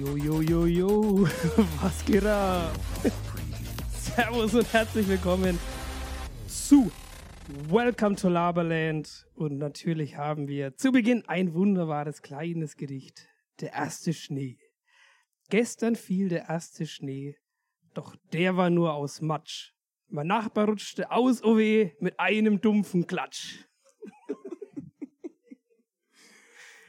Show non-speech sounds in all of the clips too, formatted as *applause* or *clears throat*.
Jo, jo, jo, jo, jo. *laughs* Was geht ab? Servus und herzlich willkommen zu Welcome to Laberland. Und natürlich haben wir zu Beginn ein wunderbares kleines Gedicht. Der erste Schnee. Gestern fiel der erste Schnee, doch der war nur aus Matsch. Mein Nachbar rutschte aus, oh weh, mit einem dumpfen Klatsch.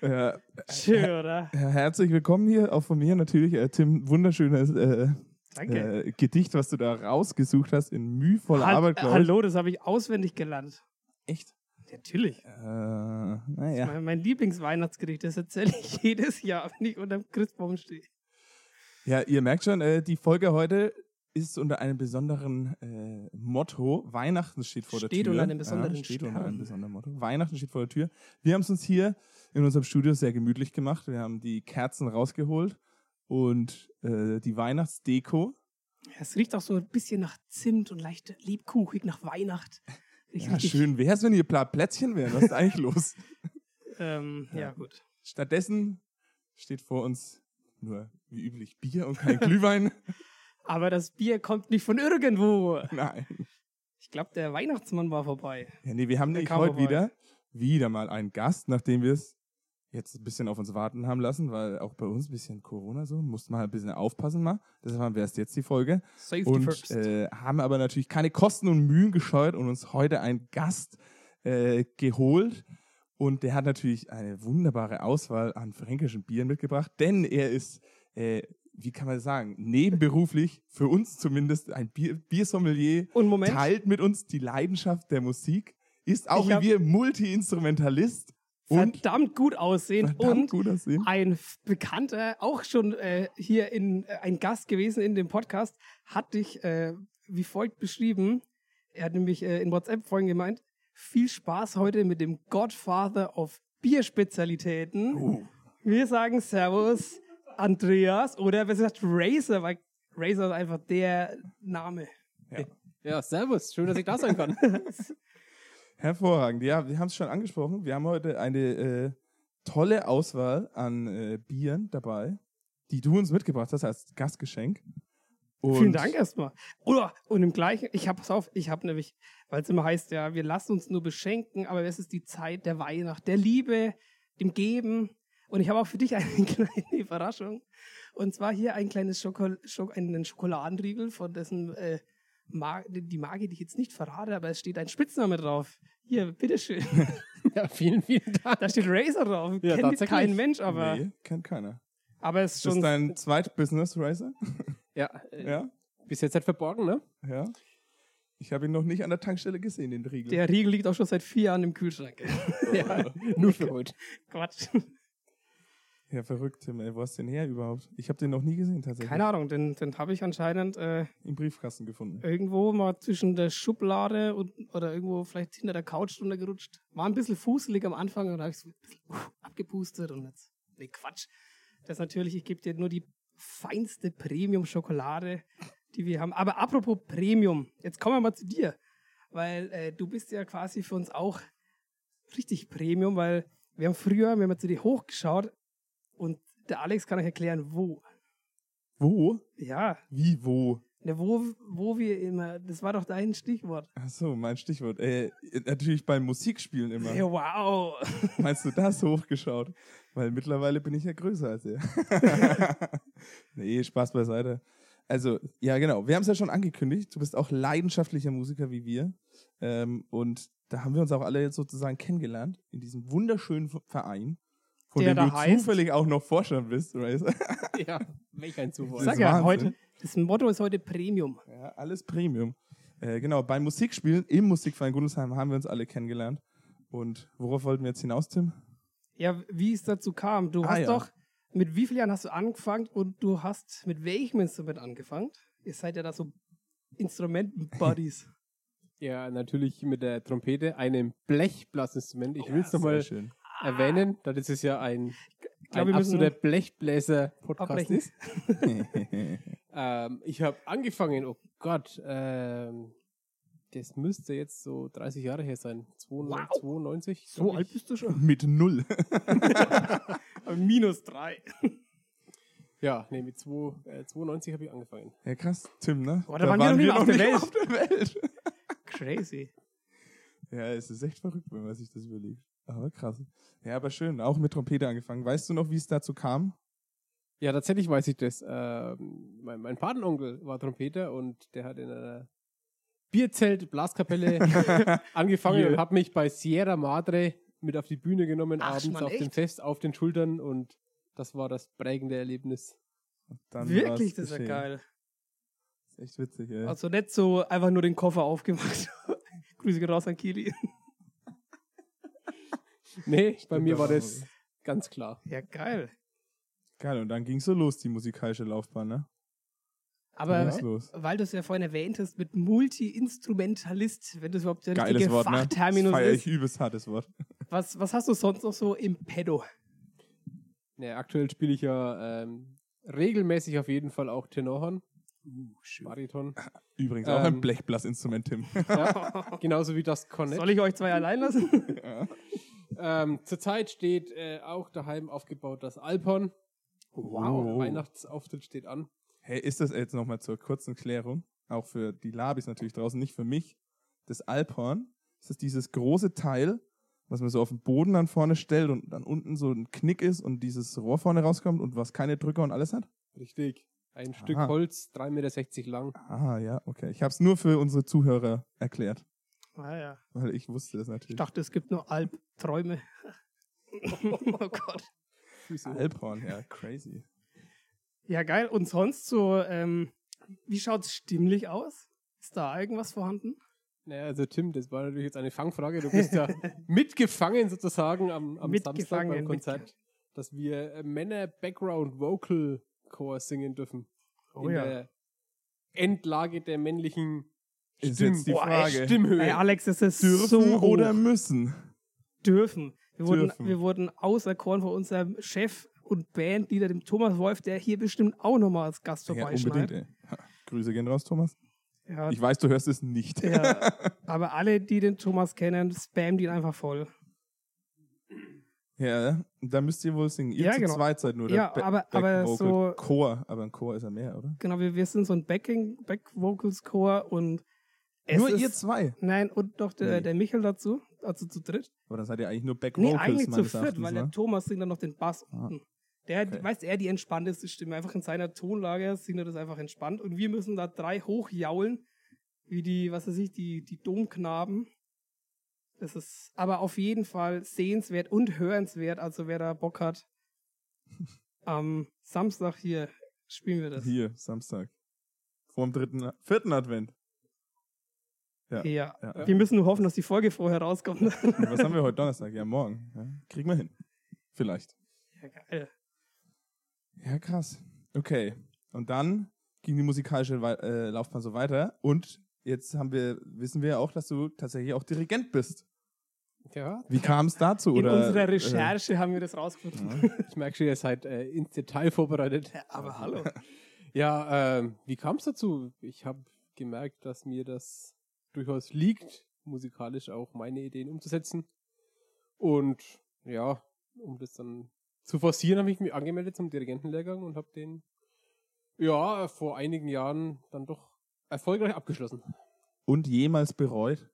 Ja, Schön, oder? her- Äh, herzlich willkommen hier, auch von mir natürlich, äh, Tim. Wunderschönes äh, Danke. äh, Gedicht, was du da rausgesucht hast, in mühevoller Hall- Arbeit, äh, glaube ich. Hallo, das habe ich auswendig gelernt. Echt? Natürlich. Äh, naja. Mein, mein Lieblingsweihnachtsgericht, das erzähle ich *laughs* jedes Jahr, wenn ich unterm Christbaum stehe. Ja, ihr merkt schon, äh, die Folge heute ist unter einem besonderen äh, Motto. Weihnachten steht vor der Steht Tür. unter einem besonderen ja, steht unter Stern. einem besonderen Motto. Weihnachten steht vor der Tür. Wir haben es uns hier in unserem Studio sehr gemütlich gemacht. Wir haben die Kerzen rausgeholt und äh, die Weihnachtsdeko. Es riecht auch so ein bisschen nach Zimt und leicht liebkuchig nach Weihnacht. Riecht Ja, richtig, schön wär's, wenn hier Pla- Plätzchen wären. Was ist eigentlich los? Ähm, ja. Ja. gut. Stattdessen steht vor uns nur, wie üblich, Bier und kein Glühwein. Aber das Bier kommt nicht von irgendwo. Nein. Ich glaube, der Weihnachtsmann war vorbei. Ja, nee, wir haben Der nämlich kam heute vorbei. wieder, wieder mal einen Gast, nachdem wir es jetzt ein bisschen auf uns warten haben lassen, weil auch bei uns ein bisschen Corona so, mussten wir halt ein bisschen aufpassen mal. Deshalb wäre es jetzt die Folge. Safety Und first. äh, haben aber natürlich keine Kosten und Mühen gescheut und uns heute einen Gast äh, geholt. Und der hat natürlich eine wunderbare Auswahl an fränkischen Bieren mitgebracht, denn er ist, äh, wie kann man sagen, nebenberuflich, für uns zumindest, ein Bier Biersommelier und Moment, teilt mit uns die Leidenschaft der Musik, ist Ich auch hab- wie wir Multi-Instrumentalist und verdammt gut aussehen und verdammt gut aussehen. ein f- Bekannter, auch schon äh, hier in, äh, ein Gast gewesen in dem Podcast, hat dich äh, wie folgt beschrieben. Er hat nämlich äh, in WhatsApp vorhin gemeint, viel Spaß heute mit dem Godfather of Bierspezialitäten. Oh. Wir sagen Servus, Andreas oder besser gesagt Razer, weil Razer ist einfach der Name. Ja, servus. Schön, dass ich da sein kann. Hervorragend. Ja, wir haben es schon angesprochen. Wir haben heute eine äh, tolle Auswahl an äh, Bieren dabei, die du uns mitgebracht hast als Gastgeschenk. Und Vielen Dank erstmal. Oder, und im gleichen, ich hab's auf, ich hab nämlich, weil es immer heißt, ja, wir lassen uns nur beschenken, aber es ist die Zeit der Weihnacht, der Liebe, dem Geben. Und ich habe auch für dich *laughs* eine kleine Überraschung. Und zwar hier ein kleines Schokol Schok einen Schokoladenriegel, von dessen äh, Mar die Marke, die ich jetzt nicht verrate, aber es steht ein Spitzname drauf. Hier, *laughs* bitteschön. *laughs* Ja, vielen, vielen Dank. Da steht Razer drauf. Ja, Kennt tatsächlich. kein Mensch, aber, Nee, kennt keiner. aber es ist Ist das schon. dein zweit Business Racer? Ja, äh, Ja, bis jetzt halt verborgen, ne? ja. Ich habe ihn noch nicht an der Tankstelle gesehen, den Riegel. der Riegel liegt auch schon seit vier Jahren im Kühlschrank. *laughs* *laughs* Ja, nur für heute. Quatsch. ja, verrückt, Tim. Ey, wo hast du den her überhaupt? Ich habe den noch nie gesehen tatsächlich. Keine Ahnung, den, den habe ich anscheinend äh, Im Briefkasten gefunden. irgendwo mal zwischen der Schublade und, oder irgendwo vielleicht hinter der Couch runtergerutscht. War ein bisschen fußelig am Anfang und habe ich so ein bisschen uh, abgepustet und jetzt. Nee, Quatsch. Das natürlich, ich gebe dir nur die feinste Premium-Schokolade, die wir haben. Aber apropos Premium, jetzt kommen wir mal zu dir. Weil äh, du bist ja quasi für uns auch richtig Premium, weil wir haben früher, wir haben zu dir hochgeschaut und der Alex kann euch erklären, wo. Wo? Ja, Wie wo? Ne, wo, wo wir immer, das war doch dein Stichwort. Ach so, mein Stichwort. Äh, natürlich beim Musikspielen immer. Ja, wow. Meinst du das hochgeschaut? Weil mittlerweile bin ich ja größer als er. nee, Spaß beiseite. Also, ja, genau. Wir haben es ja schon angekündigt. Du bist auch leidenschaftlicher Musiker wie wir. Ähm, und da haben wir uns auch alle jetzt sozusagen kennengelernt in diesem wunderschönen Verein, von Der dem da du heißt- zufällig auch noch Vorstand bist. Weißt? du? *laughs* Ja, welch ein Zufall. Das Sag ist ja, Wahnsinn. heute, das Motto ist heute Premium. Ja, *laughs* alles Premium. Äh, genau, beim Musikspielen im Musikverein Gundelsheim haben wir uns alle kennengelernt. Und worauf wollten wir jetzt hinaus, Tim? Ja, wie es dazu kam. Du Ah, hast ja. doch, mit wie vielen Jahren hast du angefangen und du hast mit welchem Instrument angefangen? Ihr seid ja da so Instrumenten-Buddies. *laughs* Ja, natürlich mit der Trompete, einem Blechblasinstrument. Ich Ja, will es sehr nochmal schön. erwähnen, da das ist ja ein, glaub, ein wir müssen absoluter Blechbläser-Podcast Abbrechen. ist. *laughs* Ähm, ich habe angefangen, oh Gott, ähm, das müsste jetzt so 30 Jahre her sein. 92, So alt bist du schon. Mit null. Bei minus drei. Ja, nee, mit 2, äh, 92 habe ich angefangen. Ja, krass, Tim, ne? Boah, da waren wir noch nicht auf der Welt. auf der *laughs* Welt. Crazy. Ja, es ist echt verrückt, wenn man sich das überlegt. Aber krass. Ja, aber schön, auch mit Trompete angefangen. Weißt du noch, wie es dazu kam? Ja, tatsächlich weiß ich das. Ähm, mein, mein Patenonkel war Trompeter und der hat in einer Bierzelt, *laughs* Blaskapelle angefangen Hier. und hat mich bei Sierra Madre mit auf die Bühne genommen, Ach, abends Mann, auf dem echt? Fest, auf den Schultern und das war das prägende Erlebnis. *laughs* Dann war's Wirklich, das ist ja geschehen. geil. Ist echt witzig, ey. Also nicht so einfach nur den Koffer aufgemacht. *laughs* Grüße gehen raus an Kili. Nee, bei mir da war war das was. ganz klar. Ja, geil. Geil, und dann ging so los, die musikalische Laufbahn, ne? Aber Dann ging's los. weil du es ja vorhin erwähnt hast, mit Multi-Instrumentalist, wenn das überhaupt der Geiles richtige Wort, ne? Das Fachterminus feier ich ist. übelst hartes Wort. Was, was hast du sonst noch so im Pedo? Nee, aktuell spiele ich ja ähm, regelmäßig auf jeden Fall auch Tenorhorn, Uh, *laughs* Bariton. Übrigens auch ein Ähm. Blechblasinstrument, Tim. Ja, genauso wie das Cornett. Soll ich euch zwei allein *laughs* lassen? Ähm, zurzeit steht äh, auch daheim aufgebaut das Alphorn. Wow. Weihnachtsauftritt steht an. Hey, ist das jetzt nochmal zur kurzen Klärung? Auch für die Labis natürlich draußen, nicht für mich. Das Alphorn, das ist dieses große Teil, was man so auf den Boden dann vorne stellt und dann unten so ein Knick ist und dieses Rohr vorne rauskommt und was keine Drücker und alles hat? Richtig. Ein Stück Aha. Holz, 3,60 Meter lang. Ah, ja, okay. Ich habe es nur für unsere Zuhörer erklärt, Ah, ja. weil ich wusste das natürlich. Ich dachte, es gibt nur Albträume. *laughs* oh Gott. Füße hoch. Alphorn, ja, *laughs* crazy. Ja, geil. Und sonst so, ähm, wie schaut es stimmlich aus? Ist da irgendwas vorhanden? Naja, also Tim, das war natürlich jetzt eine Fangfrage. Du *laughs* bist ja mitgefangen sozusagen am, am Samstag beim Mitgefangen, Konzert, dass wir äh, Männer Background Vocal Chor singen dürfen. Oh in ja. der Endlage der männlichen Ist Stimmen- jetzt die Boah, Frage. Boah, Stimmhöhe. Ey, Alex, das ist Dürfen so hoch. oder müssen? dürfen. Wir wurden, Dürfen. wir wurden auserkoren von unserem Chef und Bandleader, dem Thomas Wolf, der hier bestimmt auch nochmal als Gast Ja, vorbeischneidet. unbedingt, ey. Ha, Grüße gehen raus, Thomas. Ja, Ich weiß, du hörst es nicht. *laughs* ja. Aber alle, die den Thomas kennen, spammen ihn einfach voll. Ja, da müsst ihr wohl singen. Ihr Ja, zu genau. zweit seid nur Ja, der Ba- aber- Back aber Vocal so- Chor, aber ein Chor ist ja mehr, oder? Genau, wir, wir sind so ein Backing, Back-Vocals-Chor und es nur ist, ihr zwei. Nein, und noch der, Nee. der Michael dazu, also zu dritt. Aber dann seid ihr eigentlich nur Back Nee, Vocals, eigentlich zu meines viert, Erachtens, weil der ne? Thomas singt dann noch den Bass Ah. unten. Der, Okay. weißt er, die entspannteste Stimme. Einfach in seiner Tonlage singt er das einfach entspannt. Und wir müssen da drei hochjaulen, wie die, was weiß ich, die, die Domknaben. Das ist aber auf jeden Fall sehenswert und hörenswert. Also wer da Bock *laughs* hat, am Samstag hier spielen wir das. ne? Hier, Samstag. Vor dem dritten, vierten Advent. Ja. Ja. Ja. Wir müssen nur hoffen, dass die Folge vorher rauskommt. Und Was haben wir heute Donnerstag? Ja, morgen. Ja, kriegen wir hin. Vielleicht. ja, geil. Ja, krass. Okay. Und dann ging die musikalische Wei- äh, Laufbahn so weiter. Und jetzt haben wir, wissen wir ja auch, dass du tatsächlich auch Dirigent bist. Ja, Wie kam es dazu? In oder, unserer äh, Recherche haben wir das rausgefunden. ich merke schon, ihr seid äh, ins Detail vorbereitet. Aber hallo. Ja, ähm, wie kam es dazu? Ich habe gemerkt, dass mir das durchaus liegt, musikalisch auch meine Ideen umzusetzen. Und ja, um das dann zu forcieren, habe ich mich angemeldet zum Dirigentenlehrgang und habe den ja vor einigen Jahren dann doch erfolgreich abgeschlossen. und jemals bereut?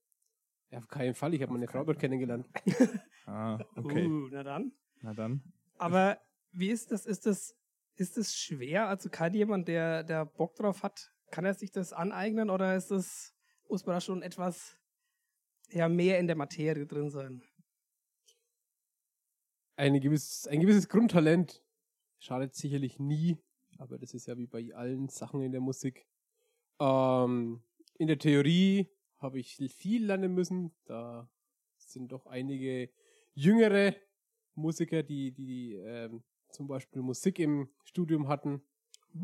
Ja, auf keinen Fall, ich habe meine Frau dort kennengelernt. Ah, okay. Uh, na dann. Na dann. Aber wie ist das? Ist das, ist das schwer? Also kann jemand, der, der Bock drauf hat, kann er sich das aneignen oder ist das, muss man da schon etwas ja, mehr in der Materie drin sein? Eine gewisses, ein gewisses Grundtalent schadet sicherlich nie, aber das ist ja wie bei allen Sachen in der Musik. Ähm, in der Theorie habe ich viel lernen müssen. Da sind doch einige jüngere Musiker, die, die ähm, zum Beispiel Musik im Studium hatten,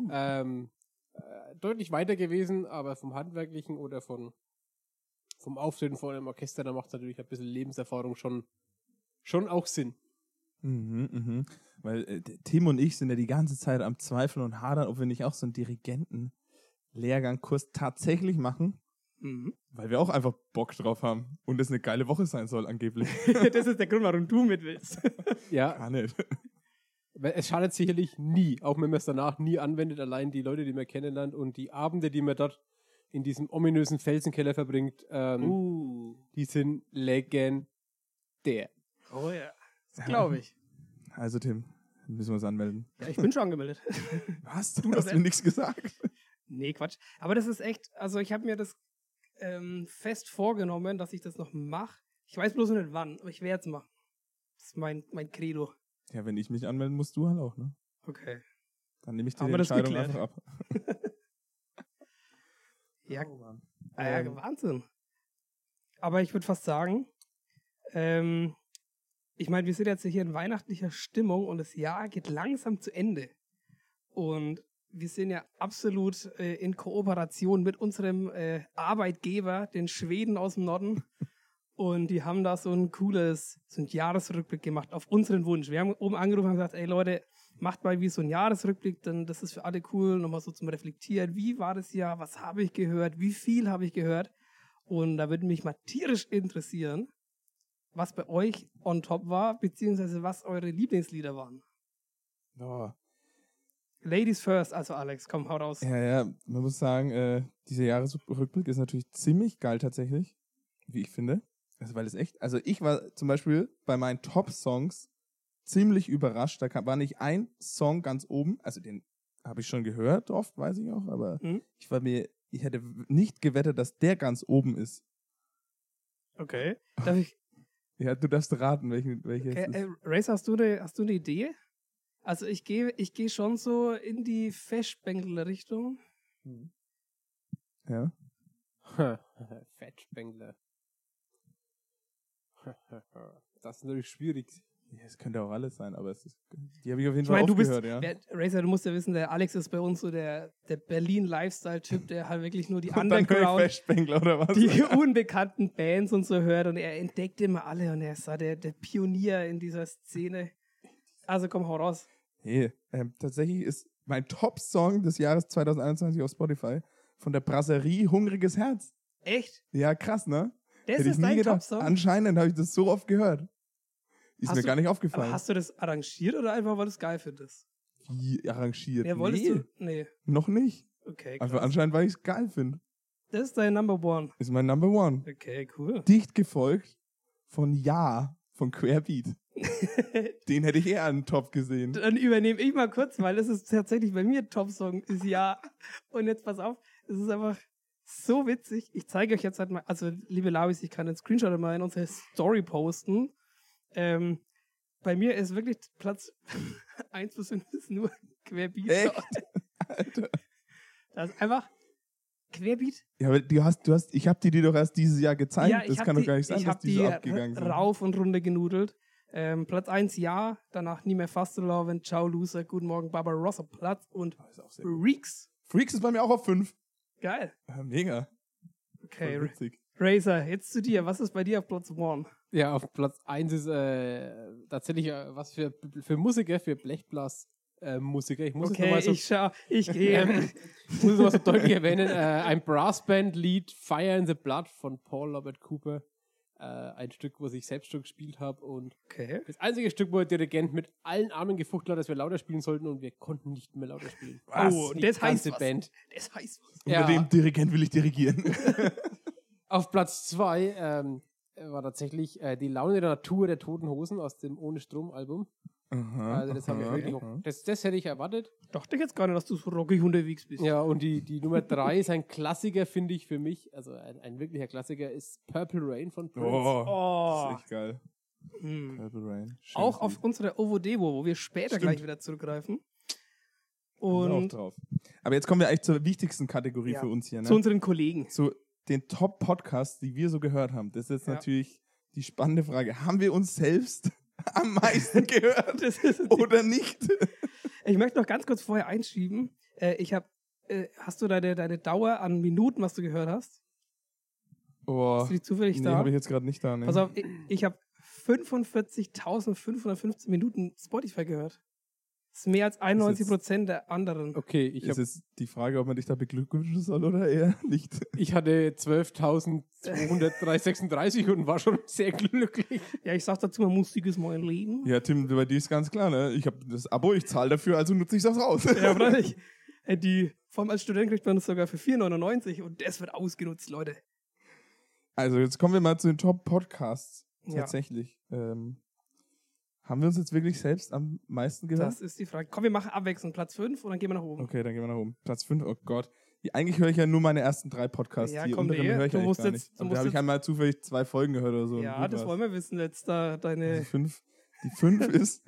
ähm, äh, deutlich weiter gewesen, aber vom Handwerklichen oder von, vom Auftreten vor einem Orchester, da macht natürlich ein bisschen Lebenserfahrung schon, schon auch Sinn. Mhm, mhm. Weil äh, der Tim und ich sind ja die ganze Zeit am Zweifeln und Hadern, ob wir nicht auch so einen Dirigenten-Lehrgang-Kurs tatsächlich machen, Mhm. *laughs* weil wir auch einfach Bock drauf haben und es eine *laughs* geile Woche sein soll angeblich. das ist der Grund, warum du mit willst. Ja, Gar nicht. Weil Es schadet sicherlich nie, auch wenn man es danach nie anwendet, allein die Leute, die man kennenlernt und die Abende, die man dort in diesem ominösen Felsenkeller verbringt, ähm, *laughs* Uh. die sind legendär. *laughs* Oh ja. Das glaube ich. Also, Tim, müssen wir uns anmelden. Ja, ich bin schon angemeldet. *laughs* Was? *laughs* Du das hast mir nichts gesagt. Nee, Quatsch. Aber das ist echt, also ich habe mir das ähm, fest vorgenommen, dass ich das noch mache. Ich weiß bloß noch nicht wann, aber ich werde es machen. Das ist mein, mein Credo. Ja, wenn ich mich anmelden muss, du halt auch, ne? Okay. Dann nehme ich dir Haben die wir das Entscheidung geklärt? einfach ab. Ja, Mann. ah, ja Ähm. Wahnsinn. Aber ich würde fast sagen, ähm, ich meine, wir sind jetzt hier in weihnachtlicher Stimmung und das Jahr geht langsam zu Ende. Und wir sind ja absolut äh, in Kooperation mit unserem äh, Arbeitgeber, den Schweden aus dem Norden. Und die haben da so ein cooles, so einen Jahresrückblick gemacht auf unseren Wunsch. Wir haben oben angerufen und haben gesagt, ey Leute, macht mal wie so einen Jahresrückblick, denn das ist für alle cool, nochmal so zum Reflektieren. Wie war das Jahr? Was habe ich gehört? Wie viel habe ich gehört? Und da würde mich mal tierisch interessieren, was bei euch on top war, beziehungsweise was eure Lieblingslieder waren. Oh. Ladies first, also Alex, komm, hau raus. Ja, ja, man muss sagen, äh, dieser Jahresrückblick ist natürlich ziemlich geil tatsächlich, wie ich finde. Also, weil es echt, also ich war zum Beispiel bei meinen Top-Songs ziemlich überrascht. Da kam, war nicht ein Song ganz oben, also den habe ich schon gehört oft, weiß ich auch, aber Mhm. ich war mir, ich hätte w- nicht gewettet, dass der ganz oben ist. Okay. Darf ich, Ja, du darfst raten, welchen, welches äh, ist. äh, Race, hast du eine hast du eine Idee? Also ich gehe ich gehe schon so in die Feschbengler Richtung. Ja. Fettspengler. *laughs* das ist natürlich schwierig. ja, es könnte auch alles sein, aber es ist, die habe ich auf jeden Ich Fall meine, du oft bist, gehört, ja. wer, Racer, du musst ja wissen, der Alex ist bei uns so der, der Berlin-Lifestyle-Typ, der halt wirklich nur die *laughs* Und dann höre ich Underground, Flashbangler oder was? die *laughs* unbekannten Bands und so hört und er entdeckt immer alle und er ist da der, der Pionier in dieser Szene. Also komm, hau raus. Nee, ähm, tatsächlich ist mein Top-Song des Jahres 2021 auf Spotify von der Brasserie Hungriges Herz. Echt? Ja, krass, ne? Das Hätte ich ist nie dein gedacht. Top-Song? Anscheinend habe ich das so oft gehört. Ist Hast mir du- gar nicht Aber aufgefallen. hast du das arrangiert oder einfach, weil du es geil findest? Wie arrangiert? Ja, wolltest nee, du? Nee. Noch nicht. Okay, Einfach krass. anscheinend, weil ich es geil finde. Das ist dein Number One. Ist mein Number One. Okay, cool. Dicht gefolgt von Ja *laughs* von Querbeat. Den hätte ich eher an den Top gesehen. Dann übernehme ich mal kurz, weil das ist tatsächlich bei mir Top-Song ist ja. Und jetzt pass auf, es ist einfach so witzig. Ich zeige euch jetzt halt mal, also liebe Labis, ich kann den Screenshot mal in unsere Story posten. Ähm, bei mir ist wirklich Platz *laughs* 1 bis 5 ist nur Querbeat. Echt? Alter. Das ist einfach Querbeat. Ja, aber du hast, du hast, ich habe dir die doch erst dieses Jahr gezeigt. ja, ich das hab kann die, doch gar nicht sein, ich dass hab die, die so ra- abgegangen sind. rauf und runter genudelt. Ähm, Platz 1 ja, danach nie mehr Fastelovin, Ciao Loser, Guten Morgen Barbarossa Platz und Ah, ist auch sehr gut. Reeks. Freaks ist bei mir auch auf 5. *laughs* Geil. Mega. Okay, R- Voll witzig. Razer, jetzt zu dir. Was ist bei dir auf Platz 1? Ja, auf Platz 1 ist äh, tatsächlich äh, was für, für Musiker, für Blechblas. äh, Musiker, ich muss es Okay, nochmal so, ich schau, ich ähm, gehe. ich muss es noch mal so deutlich erwähnen, äh, ein Brassband-Lied Fire in the Blood von Paul Robert Cooper, äh, ein Stück, was ich selbst schon gespielt habe und *laughs* Okay. das einzige Stück, wo der Dirigent mit allen Armen gefuchtelt hat, dass wir lauter spielen sollten und wir konnten nicht mehr lauter spielen. Was? Oh, Die das heißt ganze was. Band. Das heißt was. Unter Ja. dem Dirigent will *laughs* ich dirigieren. Auf Platz 2 ähm, war tatsächlich äh, die Laune der Natur der Toten Hosen aus dem Ohne Strom-Album. Aha, Also das, haben wir aha, wirklich aha. auch, das, das hätte ich erwartet. Dachte ich jetzt gar nicht, dass du so rockig unterwegs bist. Ja, und die, die Nummer 3 ist ein Klassiker, finde ich, für mich. Also ein, ein wirklicher Klassiker ist Purple Rain von Prince. Oh, das Oh. ist echt geil. Hm. Purple Rain. Schönes Auch auf Lied. unsere Ovo-Devo, wo wir später Stimmt. gleich wieder zurückgreifen. Kommen wir Und auch drauf. Aber jetzt kommen wir eigentlich zur wichtigsten Kategorie Ja. für uns hier. Ne? zu unseren Kollegen. *laughs* Zu den Top-Podcasts, die wir so gehört haben. Das ist jetzt Ja. natürlich die spannende Frage. Haben wir uns selbst *laughs* am *laughs* meisten gehört Das ist oder nicht? Ich möchte noch ganz kurz vorher einschieben. Äh, ich habe, äh, hast du deine, deine Dauer an Minuten, was du gehört hast? Oh, Hast du die zufällig nee, da? habe ich jetzt gerade nicht da. ne? Nee. Pass auf, ich, ich habe 45.515 Minuten Spotify gehört. Das ist mehr als 91 Prozent der anderen. Okay, ich, Ist hab, es die Frage, ob man dich da beglückwünschen soll oder eher *laughs* nicht? ich hatte 12.236 *laughs* und war schon sehr glücklich. Ja, ich sag dazu, man muss Sieges mein Leben. Ja, Tim, bei dir ist ganz klar, ne? Ich habe das Abo, ich zahle dafür, also nutze ich das raus. *laughs* Ja, freilich. Äh, Die, vor allem als Student kriegt man das sogar für 4,99 und das wird ausgenutzt, Leute. *laughs* Also jetzt kommen wir mal zu den Top-Podcasts. Ja. Tatsächlich. Ähm, haben wir uns jetzt wirklich selbst am meisten gehört? Das ist die Frage. Komm, wir machen abwechselnd Platz 5 und dann gehen wir nach oben. Okay, dann gehen wir nach oben. Platz 5, oh Gott. Ja, Eigentlich höre ich ja nur meine ersten drei Podcasts. Ja, die komm, anderen nee, höre ich du eigentlich musst gar jetzt- nicht. du Aber musst da habe ich jetzt- einmal zufällig zwei Folgen gehört oder so. und ja, gut das war's. wollen wir wissen jetzt. Da Also deine. fünf, die *laughs* 5 ist,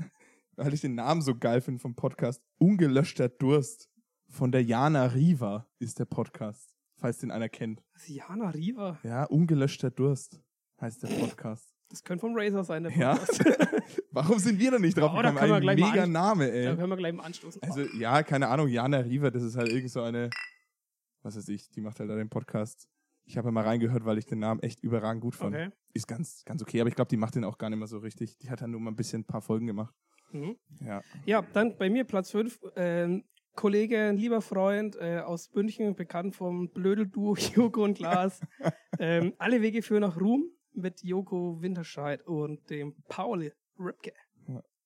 weil ich den Namen so geil finde vom Podcast, Ungelöschter Durst von der Jana Riva ist der Podcast, falls den einer kennt. Was, Jana Riva. Ja, Ungelöschter Durst heißt der Podcast. Das könnte vom Razer sein. Der Ja. *laughs* Warum sind wir da nicht drauf Oh, da gekommen? können wir Ein gleich mal mega an- Name, Da ey. können wir gleich mal anstoßen. Also, ja, keine Ahnung, Jana Riva, das ist halt irgend so eine, was weiß ich, die macht halt da den Podcast. Ich habe mal reingehört, weil ich den Namen echt überragend gut fand. okay. Ist ganz, ganz okay, aber ich glaube, die macht den auch gar nicht mehr so richtig. Die hat dann nur mal ein bisschen ein paar Folgen gemacht. Mhm. Ja. Ja, dann bei mir Platz 5. Ähm, Kollege, ein lieber Freund äh, aus München, bekannt vom Blödel-Duo *laughs* Joko und Glas. ähm, alle Wege führen nach Ruhm mit Joko Winterscheid und dem Paul Ripke.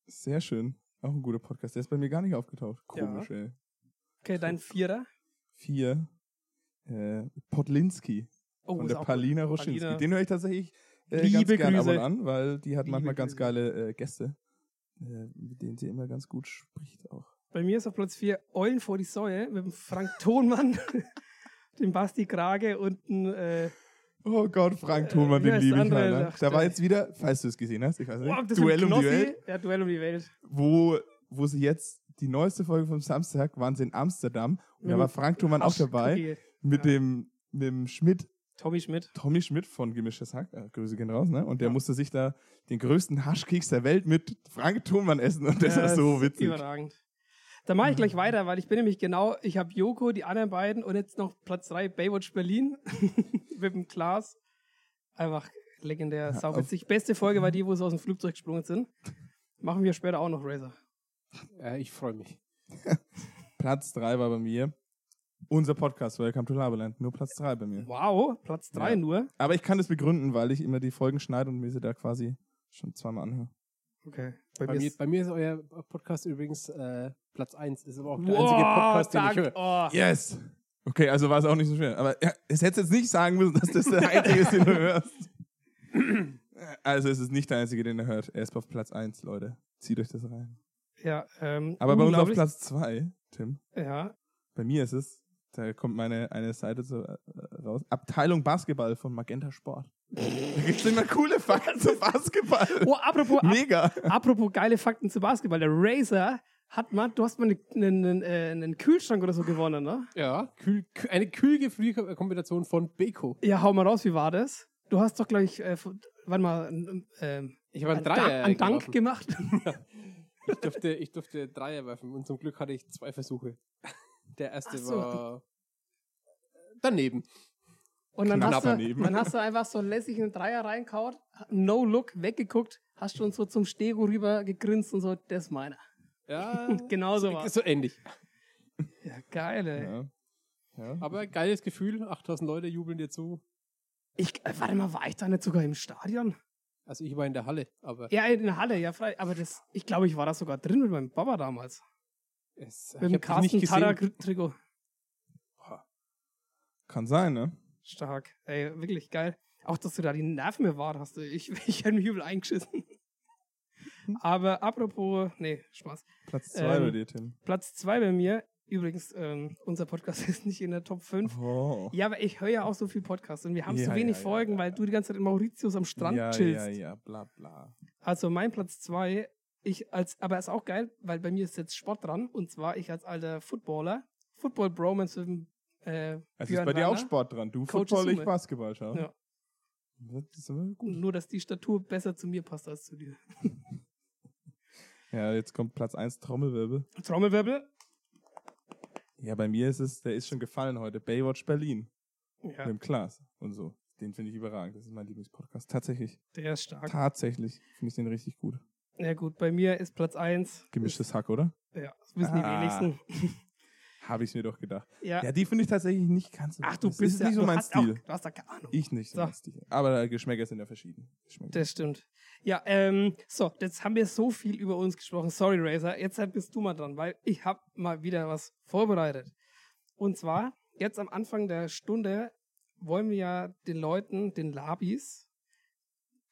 Sehr schön. Auch ein guter Podcast. Der ist bei mir gar nicht aufgetaucht. Ja. Komisch, ey. Okay, dein Vierer. Vier. Äh, Podlinski Oh, von ist der auch- Palina Ruschinski. Palina. Den höre ich tatsächlich äh, Liebe ganz gern ab und Grüße. an, weil die hat Liebe manchmal ganz Grüße. geile äh, Gäste, äh, mit denen sie immer ganz gut spricht auch. Bei mir ist auf Platz 4 Eulen vor die Säue mit dem Frank Thonmann, *laughs* dem Basti Krage und ein, äh, Oh Gott, Frank Äh, Thunmann, wie den heißt liebe der ich andere? mal. Ne? Ach, Da war der- jetzt wieder, falls du es gesehen hast, ich weiß oh, nicht, das Duell mit um die Knossi. Welt, Ja, Duell um die Welt. wo, wo sie jetzt die neueste Folge vom Samstag waren sie in Amsterdam und da Mhm. war Frank Thunmann auch dabei Okay. mit Ja. dem mit dem Schmidt Tommy Schmidt. Tommy Schmidt von Gemischtes Hack, äh, Grüße gehen raus, ne? Und der Ja. musste sich da den größten Haschkeks der Welt mit Frank Thunmann essen und das Ja, war so ist witzig. Überragend. Dann mache ich gleich weiter, weil ich bin nämlich genau, ich habe Joko, die anderen beiden und jetzt noch Platz 3 Baywatch Berlin *laughs* mit dem Klaas. Einfach legendär, Ja, sauwitzig. Beste Folge war die, wo sie aus dem Flugzeug gesprungen sind. Machen wir später auch noch Razer. Äh, ich freue mich. Platz 3 war bei mir unser Podcast Welcome to Labeland, nur Platz 3 bei mir. Wow, Platz 3 Ja. nur. Aber ich kann das begründen, weil ich immer die Folgen schneide und mir sie da quasi schon zweimal anhöre. Okay. Bei, Bei mir mir, ist bei mir ist euer Podcast übrigens äh, Platz 1. Ist aber auch der Wow, einzige Podcast, den ich dank- oh. höre. Yes! Okay, also war es auch nicht so schwer. Aber ja, es hätte jetzt nicht sagen müssen, dass das der einzige ist, den du hörst. Also es ist nicht der einzige, den ihr hört. Er ist auf Platz 1, Leute. Zieht euch das rein. Ja, ähm, Aber bei uns auf unglaublich. Platz 2, Tim. Ja, Bei mir ist es, da kommt meine eine Seite so äh, raus. Abteilung Basketball von Magenta Sport. da gibt's immer coole Fakten zu Basketball. Oh, apropos, ap Mega. apropos geile Fakten zu Basketball. Der Razer hat mal, du hast mal einen ne, ne, ne Kühlschrank oder so gewonnen, ne? Ja, kühl, kü- eine Kühlgefrierkombination von Beko. Ja, hau mal raus, wie war das? Du hast doch, glaube ich, äh, von- warte mal, n- ähm, Ich habe einen einen Dank- Dreier. einen Dank geworfen. gemacht. *laughs* Ich durfte, ich durfte Dreier werfen und zum Glück hatte ich zwei Versuche. Der erste Ach so. war daneben. Und dann Knapp hast, du, daneben. dann hast du einfach so lässig einen Dreier reinkaut, no look, weggeguckt, hast schon so zum Stego rüber gegrinst und so, das ist meiner. Ja, Genau so war's. so ähnlich. Ja, geil, ey. Ja. Ja. Aber geiles Gefühl, 8000 Leute jubeln dir zu. Ich, äh, warte mal, war ich da nicht sogar im Stadion? Also ich war in der Halle, aber Ja, in der Halle, ja, frei. Aber das, ich glaube, ich war da sogar drin mit meinem Papa damals. es, Mit dem ich habe nicht Carsten gesehen. Tarak-Trikot. Kann sein, ne? Stark. Ey, wirklich geil. Auch, dass du da die Nerven bewahrt hast. du. Ich, *laughs* ich hätte mich übel eingeschissen. Mhm. Aber apropos, nee, Spaß. Platz 2 bei Ähm, dir, Tim. Platz zwei bei mir. Übrigens, ähm, unser Podcast *laughs* ist nicht in der Top 5. Oh. Ja, aber ich höre ja auch so viel Podcasts und wir haben so Ja, wenig ja, ja, Folgen, ja. weil du die ganze Zeit in Mauritius am Strand ja, chillst. ja, ja, bla bla. Also mein Platz zwei, ich als, aber ist auch geil, weil bei mir ist jetzt Sport dran und zwar ich als alter Footballer, Football Bromance mit dem, äh, Also ist Björn bei dir auch Werner. Sport dran. Du Coach Football, ich Summe. Basketball, schau. Ja. Das ist immer gut. Nur, dass die Statur besser zu mir passt als zu dir. Ja, jetzt kommt Platz 1 Trommelwirbel. Trommelwirbel? Ja, bei mir ist es, der ist schon gefallen heute. Baywatch Berlin Ja, mit dem Klaas und so. Den finde ich überragend. Das ist mein Lieblingspodcast. Tatsächlich. der ist stark. Tatsächlich finde ich den richtig gut. Na gut, bei mir ist Platz 1. Gemischtes Hack, oder? Ja, das wissen Ah. die wenigsten. Habe ich mir doch gedacht. Ja. Ja, die finde ich tatsächlich nicht ganz so Ach, du Das bist ist ja, nicht so du mein hast Stil. Auch, du hast da keine Ahnung. Ich nicht so So. mein Stil. Aber Geschmäcker sind ja verschieden. Geschmäcker. Das stimmt. Ja, ähm, so, jetzt haben wir so viel über uns gesprochen. Sorry, Razer, jetzt halt bist du mal dran, weil ich habe mal wieder was vorbereitet. Und zwar, jetzt am Anfang der Stunde wollen wir ja den Leuten, den Labis,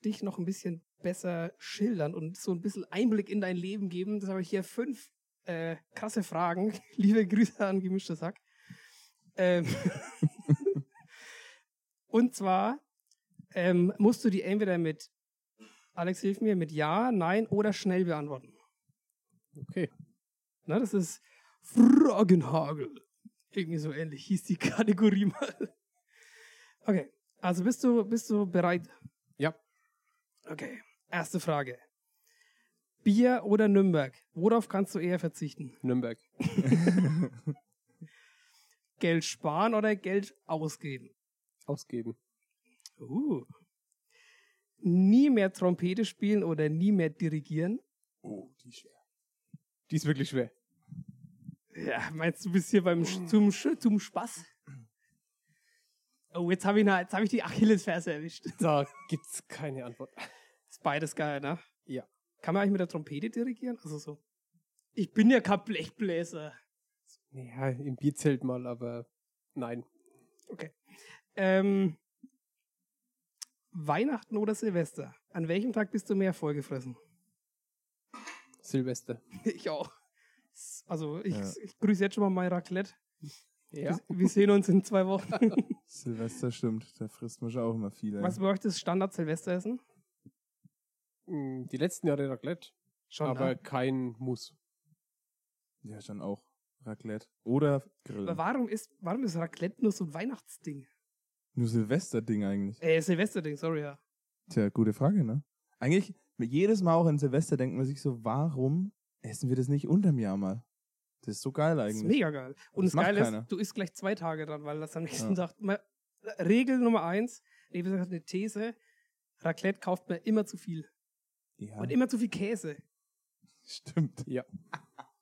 dich noch ein bisschen besser schildern und so ein bisschen Einblick in dein Leben geben. Das habe ich hier fünf äh, krasse Fragen. *laughs* Liebe Grüße an gemischter Sack. Ähm *laughs* und zwar ähm, musst du die entweder mit Alex hilf mir mit Ja, Nein oder schnell beantworten. Okay. Ne, das ist Fragenhagel. Irgendwie so ähnlich hieß die *laughs* Kategorie mal. Okay, also bist du, bist du bereit? Ja. Okay, erste Frage. Bier oder Nürnberg? Worauf kannst du eher verzichten? Nürnberg. Geld sparen oder Geld ausgeben? Ausgeben. Uh. Nie mehr Trompete spielen oder nie mehr dirigieren? Oh, die ist schwer. Die ist wirklich schwer. Ja, meinst du, bist hier beim Oh. Sch- zum, Sch- zum Spaß? Oh, jetzt habe ich, na- jetzt hab ich die Achillesferse erwischt. Da gibt's keine Antwort. Ist beides geil, ne? Ja. Kann man eigentlich mit der Trompete dirigieren? Also so. Ich bin ja kein Blechbläser. Ja, im Bierzelt mal, aber nein. Ähm, Weihnachten oder Silvester? An welchem Tag bist du mehr vollgefressen? *laughs* Silvester. Ich auch. S- Also ich, Ja. ich grüße jetzt schon mal mein Raclette. Ja. Wir- Wir sehen uns in zwei Wochen. Silvester stimmt. Da frisst man schon auch immer viel. ey. Was bei euch das Standard-Silvesteressen? Mm, Die letzten Jahre Raclette, Schon. aber ne? kein Muss. Ja, schon auch. Raclette. Oder Grill. aber warum ist, warum ist Raclette nur so ein Weihnachtsding? Nur Silvester-Ding eigentlich. Äh, Silvesterding, sorry, ja. Tja, gute Frage, ne? Eigentlich, jedes Mal auch an Silvester denkt man sich so, warum essen wir das nicht unterm Jahr mal? Das ist so geil Das ist eigentlich. mega geil. Und Das das, Geile macht keiner. ist, du isst gleich zwei Tage dran, weil das am nächsten Ja. Tag. Mal, Regel Nummer eins, nee, wie gesagt, eine These: Raclette kauft man immer zu viel. Ja, Und immer zu viel Käse. stimmt.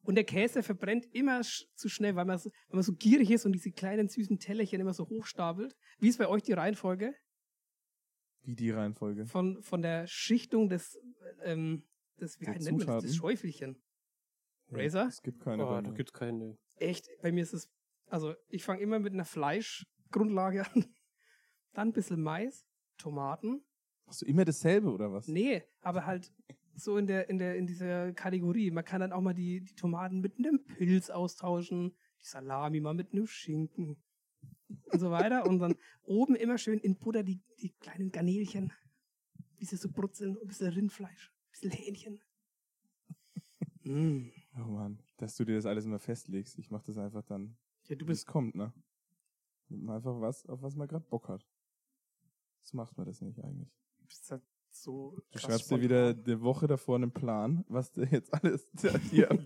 Und der Käse verbrennt immer sch zu schnell, weil man, so, wenn man so gierig ist und diese kleinen süßen Tellerchen immer so hochstapelt. Wie ist bei euch die Reihenfolge Wie die Reihenfolge. von, von der Schichtung des, ähm, des wie Der nennt man das, Zutaten? des Schäufelchen? Ja, Razer? Es gibt keine. Oh, da Reihenfolge. gibt's keine. Echt, bei mir ist es, also ich fange immer mit einer Fleischgrundlage *laughs* an. Dann ein bisschen Mais, Tomaten. Hast du immer dasselbe oder was? Nee, aber halt so in der, in der, in dieser Kategorie. Man kann dann auch mal die, die Tomaten mit einem Pilz austauschen, die Salami mal mit einem Schinken und so weiter. Und dann oben immer schön in Butter die, die kleinen Garnelchen, wie sie so brutzeln, ein bisschen Rindfleisch, ein bisschen *laughs* Hähnchen. Mm. Oh Mann, dass du dir das alles immer festlegst. Ich mach das einfach dann, Ja, du wie es bist. kommt, ne? Nimmt man einfach was, auf was man gerade Bock hat. So macht man das nicht eigentlich. bist halt so Du krass schreibst dir spontan. wieder die Woche davor einen Plan, was du jetzt alles *laughs* da- hier auf,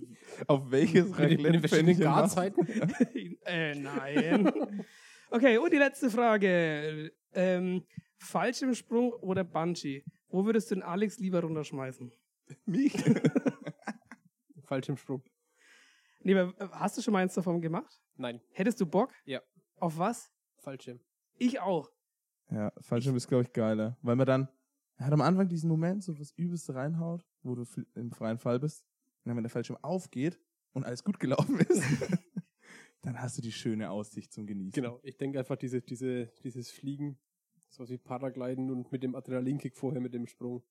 auf welches Mit den- mit den verschiedenen Raclette-Pfännchen machst. Garzeiten. äh, nein. *laughs* Okay, und die letzte Frage. Ähm, Fallschirmsprung oder Bungee? Wo würdest du den Alex lieber runterschmeißen? Mich? *laughs* Fallschirmsprung. Nee, aber äh, hast du schon mal eins davon gemacht? Nein, Hättest du Bock? Ja. Auf was? Fallschirm. Ich auch. Ja, Fallschirm ist, glaube ich, geiler. Weil man dann er hat am Anfang diesen Moment so was Übelste reinhaut, wo du fl- im freien Fall bist. Und dann, wenn der Fallschirm aufgeht und alles gut gelaufen *laughs* ist, dann hast du die schöne Aussicht zum Genießen. Genau, ich denke einfach diese, diese, dieses Fliegen, sowas wie Paragliden und mit dem Adrenalinkick vorher mit dem Sprung.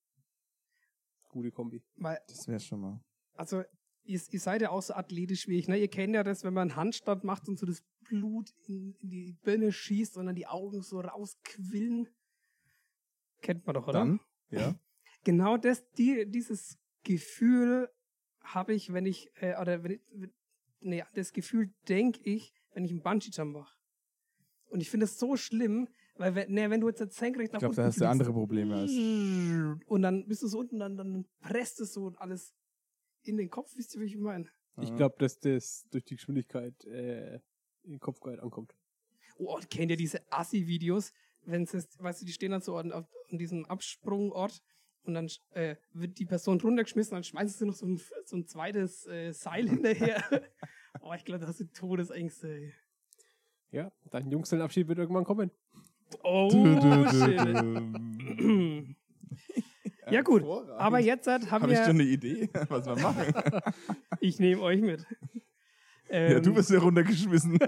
Gute Kombi. Weil, Das wäre schon mal. also, ihr, ihr seid ja auch so athletisch wie ich. Ne? Ihr kennt ja das, wenn man einen Handstand macht und so das Blut in, in die Birne schießt und dann die Augen so rausquillen. Kennt man doch, oder? Dann, ja. genau das, die, dieses Gefühl habe ich, wenn ich, äh, oder wenn ich, wenn- nee, an das Gefühl denke ich, wenn ich einen Bungee-Jump mache. Und ich finde es so schlimm, weil, wenn, nee, wenn du jetzt, jetzt senkrecht Ich nach glaube, da unten hast du fliegst, andere Probleme als. und dann bist du so unten, dann, dann presst es so und alles in den Kopf, wisst ihr, wie ich meine? Ich Ja. glaube, dass das durch die Geschwindigkeit äh, in den Kopf geil ankommt. Oh, und kennt ihr diese Assi-Videos, wenn es, weißt du, die stehen dann so an, auf, an diesem Absprungort und dann äh, wird die Person runtergeschmissen, dann schmeißt sie noch so ein, so ein zweites äh, Seil *laughs* hinterher. oh, ich glaube, das sind Todesängste. ey. Ja, dein Junggesellenabschied wird irgendwann kommen. Oh, shit. Dü-dü-dü-düm. Ja, gut. Hervorragend. *clears throat* Aber jetzt hat, haben Habe ich wir. schon eine Idee, *laughs* was wir machen? ich nehme euch mit. Ähm, ja, du wirst *laughs* ja runtergeschmissen.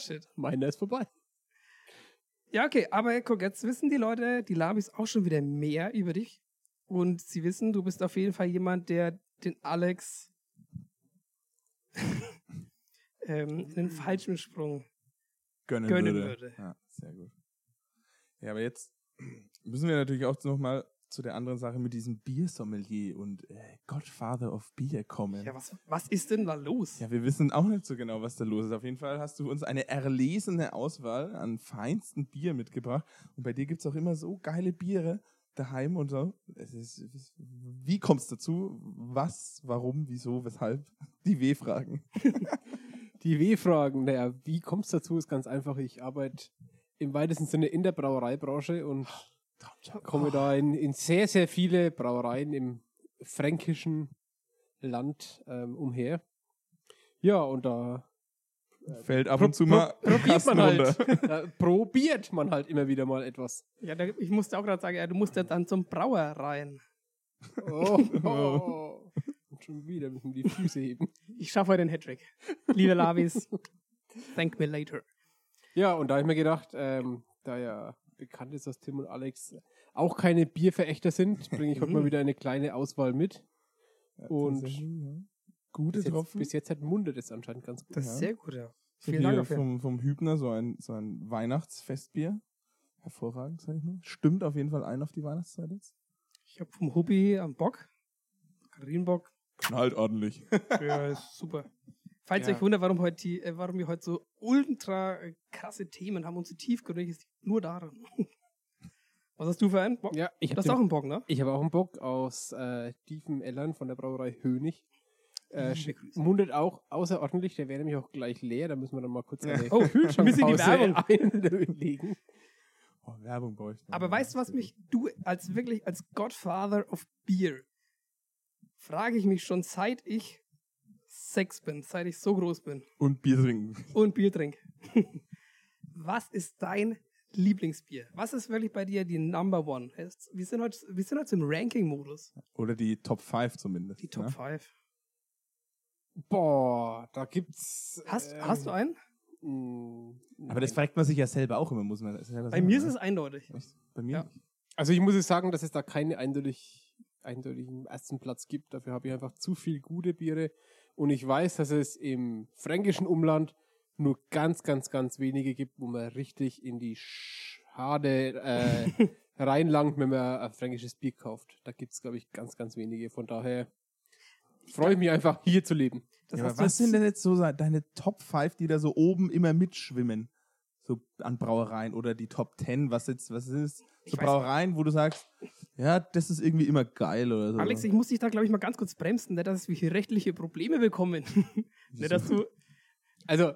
Shit. Meiner ist vorbei. Ja, okay, aber guck, jetzt wissen die Leute, die Labis auch schon wieder mehr über dich. Und sie wissen, du bist auf jeden Fall jemand, der den Alex *laughs* ähm, einen falschen Sprung. gönnen, Gönnen würde. würde. Ja, sehr gut. Ja, aber jetzt müssen wir natürlich auch nochmal zu der anderen Sache mit diesem Biersommelier und äh, Godfather of Beer kommen. Ja, Ja, was, was ist denn da los? wir wissen auch nicht so genau, was da los ist. Auf jeden Fall hast du uns eine erlesene Auswahl an feinsten Bier mitgebracht. Und bei dir gibt es auch immer so geile Biere daheim und so. Es ist, es ist, wie kommst du dazu? Was, warum, wieso, weshalb? Die W-Fragen. Die W-Fragen, naja, wie kommst du dazu, ist ganz einfach. Ich arbeite im weitesten Sinne in der Brauereibranche und komme da in, in sehr, sehr viele Brauereien im fränkischen Land ähm, umher. Ja, und da Fällt ab und zu mal probiert Kasten man runter. halt. *laughs* Da probiert man halt immer wieder mal *laughs* etwas. Ja, da, ich musste auch gerade sagen, ja, du musst ja dann zum Brauer rein. Oh, oh. Und schon wieder müssen wir die Füße heben. Ich schaffe heute den Hattrick. Liebe Labis, thank me later. Ja, und da habe ich mir gedacht, ähm, da ja bekannt ist, dass Tim und Alex auch keine Bierverächter sind, bringe ich heute Mhm. mal wieder eine kleine Auswahl mit. Und Tatsächlich, ja. gute bis jetzt, Tropfen. bis jetzt hat mundet es anscheinend ganz gut. Das Ja. ist sehr gut, ja. Ich hab Vielen Dank hier dafür. vom, vom Hübner so ein, so ein Weihnachtsfestbier. Hervorragend, sag ich mal. Stimmt auf jeden Fall ein auf die Weihnachtszeit jetzt. Ich habe vom Hobby am Bock. Karinbock. Knallt halt ordentlich. *laughs* Ja, ist super. Falls Ja. ihr euch wundert, warum, heute die, äh, warum wir heute so ultra äh, krasse Themen haben und so tiefgründig, ist nur daran. *laughs* Was hast du für einen Bock? Ja, ich das habe ist auch ein Bock, *laughs* ne? Ich habe auch einen Bock aus äh, tiefen Ellern von der Brauerei Hönig. Äh, Liebe sch- Grüße. mundet auch außerordentlich, der wäre nämlich auch gleich leer, da müssen wir dann mal kurz eine Oh, Kühlschrankpause müssen die Werbung. einlegen. Oh, Werbung brauche ich. noch. Aber weißt du, was mich, du als wirklich, als Godfather of Beer, frage ich mich schon, seit ich sechs bin, seit ich so groß bin Und Bier trinken. *laughs* und Bier trinke. *laughs* was ist dein Lieblingsbier? Was ist wirklich bei dir die Number One? Es- Wir sind heute, wir sind heute im Ranking-Modus. Oder die Top 5 zumindest. Die Top ne? 5. Boah, da gibt's. Hast, ähm, hast du einen? mh, Aber das nein. fragt man sich ja selber auch immer, muss man selber Bei mir ist es eindeutig. ne? Echt? Bei mir? Ja. nicht. Also ich muss jetzt sagen, dass es da keinen eindeutig, eindeutigen ersten Platz gibt. Dafür habe ich einfach zu viel gute Biere. Und ich weiß, dass es im fränkischen Umland nur ganz, ganz, ganz wenige gibt, wo man richtig in die Schade äh, reinlangt, wenn man ein fränkisches Bier kauft. Da gibt es, glaube ich, ganz, ganz wenige. Von daher freue ich mich einfach, hier zu leben. Das ja, hast aber du jetzt- was sind denn jetzt so se- deine Top 5, die da so oben immer mitschwimmen? So an Brauereien oder die Top 10, was jetzt, was ist? Ich So weiß- Brauereien, wo du sagst, ja, das ist irgendwie immer geil oder so. Alex, ich muss dich da, glaube ich, mal ganz kurz bremsen, nicht, dass wir hier rechtliche Probleme bekommen. *laughs* nicht, dass du, Also,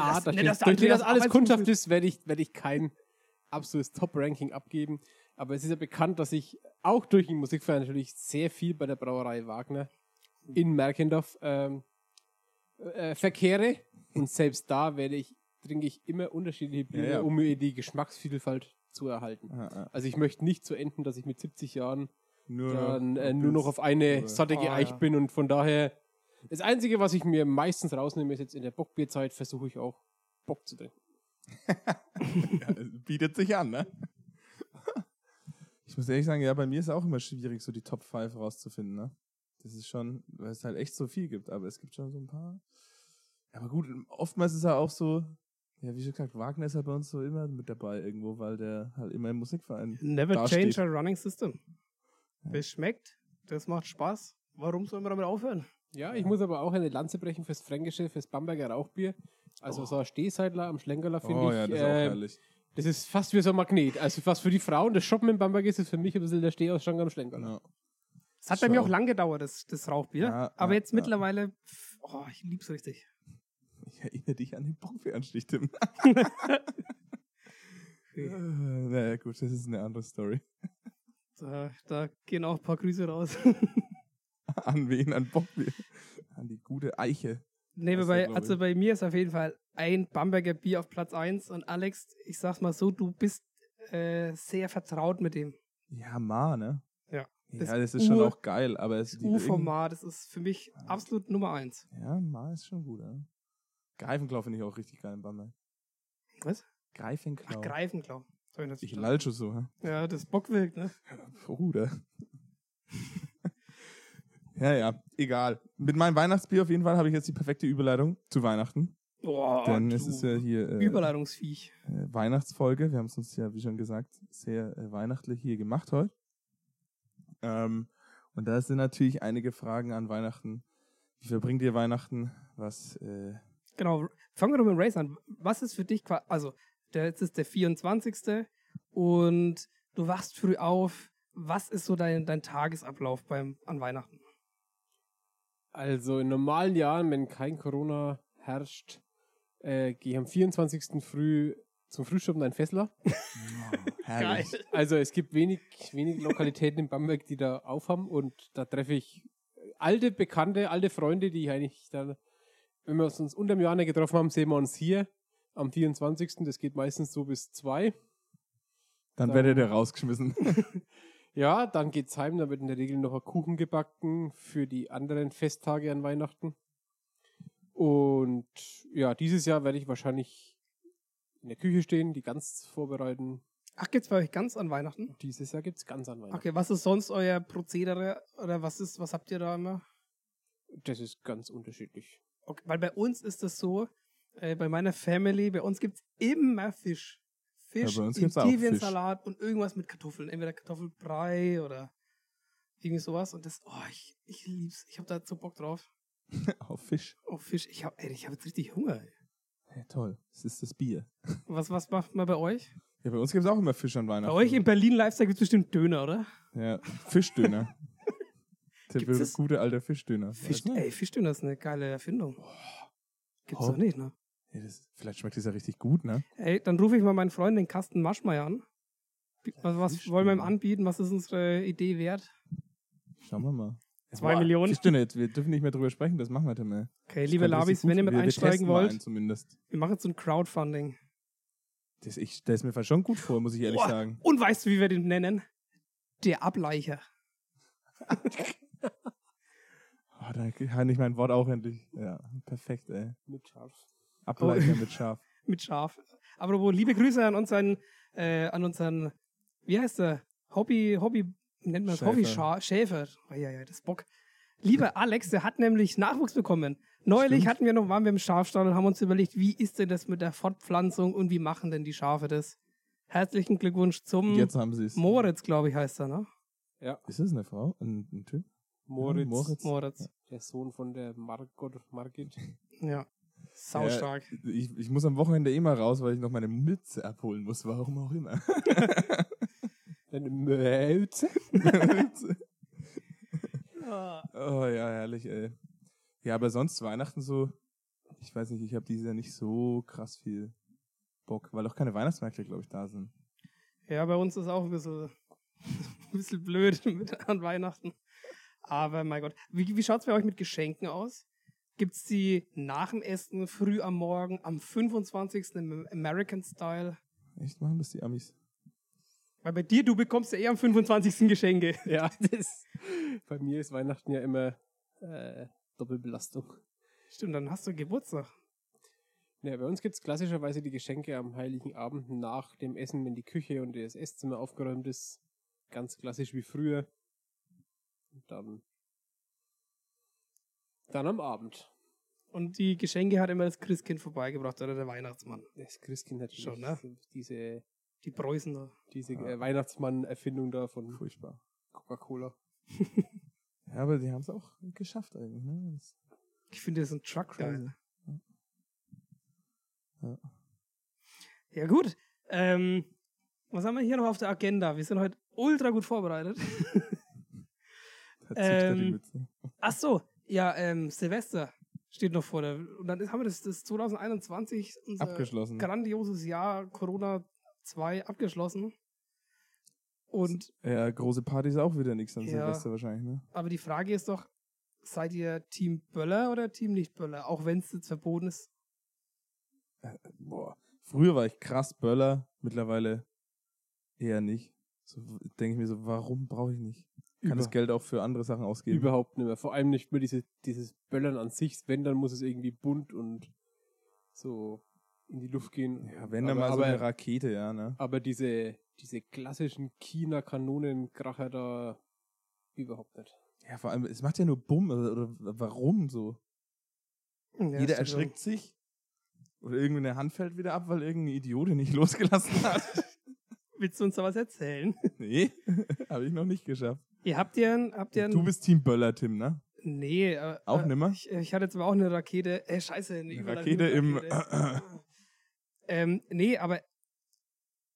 A, Das- das, ne, das- durch das das alles Arbeitsmittel- Kundschaft ist, werde ich, werde ich kein absolutes Top-Ranking abgeben. Aber es ist ja bekannt, dass ich auch durch den Musikverein natürlich sehr viel bei der Brauerei Wagner in Merkendorf ähm, äh, verkehre. Und selbst da werde ich, trinke ich immer unterschiedliche Biere, Ja, ja. um mir die Geschmacksvielfalt zu erhalten. Ja, ja. Also ich möchte nicht so enden, dass ich mit 70 Jahren Nur, dann äh, nur noch auf eine Sorte Ah, geeicht ja. bin und von daher das Einzige, was ich mir meistens rausnehme, ist jetzt in der Bockbierzeit versuche ich auch Bock zu trinken. *laughs* Bietet sich an, ne? Ich muss ehrlich sagen, ja, bei mir ist auch immer schwierig, so die Top 5 rauszufinden, ne? Das ist schon, weil es halt echt so viel gibt, aber es gibt schon so ein paar. Aber gut, oftmals ist er auch so, ja, wie schon gesagt, Wagner ist halt bei uns so immer mit dabei irgendwo, weil der halt immer im Musikverein. never Da change steht- a running system. Das schmeckt, das macht Spaß. Warum sollen wir damit aufhören? Ja, ich muss aber auch eine Lanze brechen fürs Fränkische, fürs Bamberger Rauchbier. Also so ein Stehseidler am Schlenkerler finde Oh, ich. äh, das ist fast wie so ein Magnet. Also fast für die Frauen, das Shoppen in Bamberg ist, ist für mich ein bisschen der Stehausschrank am Schlenkerler. Ja. Es hat bei mir Schau. auch lang gedauert, das, das Rauchbier. Ja, aber ja, jetzt ja. mittlerweile, pff, oh, ich lieb's richtig. Ich erinnere dich an den Bockbieranstich, *laughs* Tim. Äh, naja, gut, das ist eine andere Story. *laughs* Da, da gehen auch ein paar Grüße raus. An wen? An Bock? An die gute Eiche. Nee, Das bei, glaub ich. also bei mir ist auf jeden Fall ein Bamberger Bier auf Platz 1 und Alex, ich sag's mal so, du bist äh, sehr vertraut mit dem Ja, Ma, ne? Ja. Ja, Das das, ist schon Ur- auch geil, aber es die Ah. U-Format. Das ist für mich Ja. absolut Nummer 1. Regen- Ja, Ma ist schon gut, ne? Greifenklau finde ich auch richtig geil in Bamberg. Was? Ach, Greifenklau. greifen, glaube ich. das Genau. ich verstanden? lall schon so, hä? ja, das Bockwerk, ne? Bruder. *laughs* ja, ja, egal. Mit meinem Weihnachtsbier auf jeden Fall habe ich jetzt die perfekte Überleitung zu Weihnachten. Boah, Denn Oh, du es ist ja hier äh, Überleitungsviech. äh, Weihnachtsfolge. Wir haben es uns ja, wie schon gesagt, sehr äh, weihnachtlich hier gemacht heute. Ähm, und da sind natürlich einige Fragen an Weihnachten. Wie verbringt ihr Weihnachten? Was, äh, Genau, fangen wir doch mit dem Race an. Was ist für dich quasi, also der, jetzt ist der 24. und du wachst früh auf. Was ist so dein, dein Tagesablauf beim, an Weihnachten? Also in normalen Jahren, wenn kein Corona herrscht, äh, gehe ich am 24. früh zum Frühstück in einen Fessler. Oh, *laughs* herrlich. Also es gibt wenig, wenig Lokalitäten in Bamberg, die da aufhaben und da treffe ich alte Bekannte, alte Freunde, die ich eigentlich dann, wenn wir uns unterm Jahr nicht getroffen haben, sehen wir uns hier am 24. Das geht meistens so bis zwei. Dann werdet ihr rausgeschmissen. *laughs* Ja, dann geht's heim, da wird in der Regel noch ein Kuchen gebacken für die anderen Festtage an Weihnachten. Und ja, dieses Jahr werde ich wahrscheinlich in der Küche stehen, die Gans vorbereiten. Ach, geht's bei euch ganz an Weihnachten? Dieses Jahr gibt's Gans an Weihnachten. Okay, was ist sonst euer Prozedere oder was ist, was habt ihr da immer? Das ist ganz unterschiedlich. Okay, weil bei uns ist das so, äh, bei meiner Family, bei uns gibt's immer Fisch. Fisch, Ja, bei uns gibt's auch Intensivensalat und irgendwas mit Kartoffeln. Entweder Kartoffelbrei oder irgendwie sowas. Und das, oh, ich, ich lieb's. Ich hab da so Bock drauf. Auf Fisch. Oh, Fisch, ich hab, ey, ich hab jetzt richtig Hunger. Ey. Ja, toll. Das ist das Bier. Was, was macht man bei euch? Ja, bei uns gibt es auch immer Fisch an Bei Weihnachten. euch in Berlin Lifestyle gibt's bestimmt Döner, oder? Ja, *laughs* Fischdöner. Der Gibt's das? gute alte Fischdöner. Fisch, Weißt du? ey, Fischdöner ist eine geile Erfindung. Gibt's Hau- doch nicht, ne? Ja, das, vielleicht schmeckt das ja richtig gut, ne? Ey, dann rufe ich mal meinen Freund, den Carsten Maschmeyer, an. Also, was Fischdöner. wollen wir ihm anbieten? Was ist unsere Idee wert? Schauen wir mal. Zwei Millionen. Fischdöner, jetzt, wir dürfen nicht mehr drüber sprechen, das machen wir dann mal. Okay, Das liebe könnte richtig Labis, gut wenn ihr werden. mit wir, wir einsteigen testen mal einen wollt, zumindest. wir machen jetzt so ein Crowdfunding. Das, ich stelle es mir fast schon gut vor, muss ich ehrlich Boah, sagen. Und weißt du, wie wir den nennen? Der Ableicher. Oh, da kann ich mein Wort auch endlich. Ja, perfekt, ey. Mit scharf. Oh. Ableiter mit Schaf. Mit Schaf. Aber wo, liebe Grüße an unseren, äh, an unseren, wie heißt der? Hobby, Hobby, wie nennt man das? Schäfer. Hobby Schäfer. Oh, ja, ja, das Bock. *laughs* Lieber Alex, der hat nämlich Nachwuchs bekommen. Neulich Stimmt. hatten wir noch, waren wir im Schafstall und haben uns überlegt, wie ist denn das mit der Fortpflanzung und wie machen denn die Schafe das? Herzlichen Glückwunsch zum *laughs* Und jetzt haben sie es. Moritz, glaube ich, heißt er, ne? Ja, Ist das eine Frau? Ein, ein Typ? Moritz, Ja, Moritz. Moritz. der Sohn von der Margot, Margit. Ja. Saustark. Ich, ich muss am Wochenende eh mal raus, weil ich noch meine Mütze abholen muss, warum auch *laughs* immer. *laughs* Deine Mölze. Mütze. Ja. Oh ja, herrlich, ey. Ja, aber sonst Weihnachten so, ich weiß nicht, ich habe dieses Jahr nicht so krass viel Bock, weil auch keine Weihnachtsmärkte, glaube ich, da sind. bei uns ist auch ein bisschen, *laughs* ein bisschen blöd *laughs* mit an Weihnachten. Aber mein Gott. Wie, wie schaut es bei euch mit Geschenken aus? Gibt es die nach dem Essen, früh am Morgen, am 25. im American Style? Echt machen das die Amis? Weil bei dir, du bekommst ja eh am 25. Geschenke. *laughs* Ja, das. Bei mir ist Weihnachten ja immer äh, Doppelbelastung. Stimmt, dann hast du Geburtstag. Ja, bei uns gibt es klassischerweise die Geschenke am Heiligen Abend nach dem Essen, wenn die Küche und das Esszimmer aufgeräumt ist. Ganz klassisch wie früher. Und dann, dann am Abend. Und die Geschenke hat immer das Christkind vorbeigebracht oder der Weihnachtsmann. Das Christkind natürlich. Schon, ne? Diese, Die Preußen da. diese Ja. äh, Weihnachtsmann-Erfindung da von Furchtbar. Coca-Cola. Ja, aber die haben es auch geschafft eigentlich. Ne? Das, Ich finde, das ist ein Truck Geil. geil. Ja. Ja. gut. Ähm, was haben wir hier noch auf der Agenda? Wir sind heute ultra gut vorbereitet. da zuckt er die Ähm, Mütze. Ach so, ja, ähm, Silvester steht noch vor der. Und dann ist- haben wir das, das 2021, unser Abgeschlossen. grandioses Jahr Corona 2 abgeschlossen. Und Ja, große Party ist auch wieder nichts an Ja. Silvester wahrscheinlich, ne? aber die Frage ist doch, seid ihr Team Böller oder Team nicht Böller? Auch wenn es jetzt verboten ist. Boah. Früher war ich krass Böller, mittlerweile eher nicht. So denke ich mir so, warum brauche ich nicht? Kann das Geld auch für andere Sachen ausgeben? Überhaupt nicht mehr. Vor allem nicht mehr diese, dieses Böllern an sich. Wenn, dann muss es irgendwie bunt und so in die Luft gehen. Ja, wenn dann Aber- mal so aber- eine Rakete, ja, ne? Aber diese, diese klassischen China-Kanonenkracher da überhaupt nicht. Ja, vor allem, es macht ja nur Bumm oder, oder warum so? Ja, Jeder stimmt schon. erschrickt sich. Oder irgendeine Hand fällt wieder ab, weil irgendein Idiot ihn nicht *laughs* losgelassen hat. Willst du uns da was erzählen? *laughs* nee, habe ich noch nicht geschafft. ihr habt ja ein, habt ihr ein, Du bist Team Böller, Tim, ne? Nee, äh, Auch äh, nimmer? Ich, ich hatte jetzt aber auch eine Rakete. Äh, scheiße, eine Eine Überleitung Rakete mit im- *clears throat* ähm, nee, aber.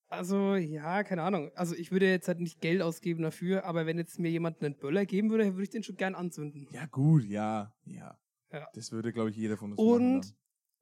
Also, ja, keine Ahnung. Also, ich würde jetzt halt nicht Geld ausgeben dafür, aber wenn jetzt mir jemand einen Böller geben würde, würde ich den schon gern anzünden. Ja, gut, ja, ja. Ja. Das würde, glaube ich, jeder von uns machen. Und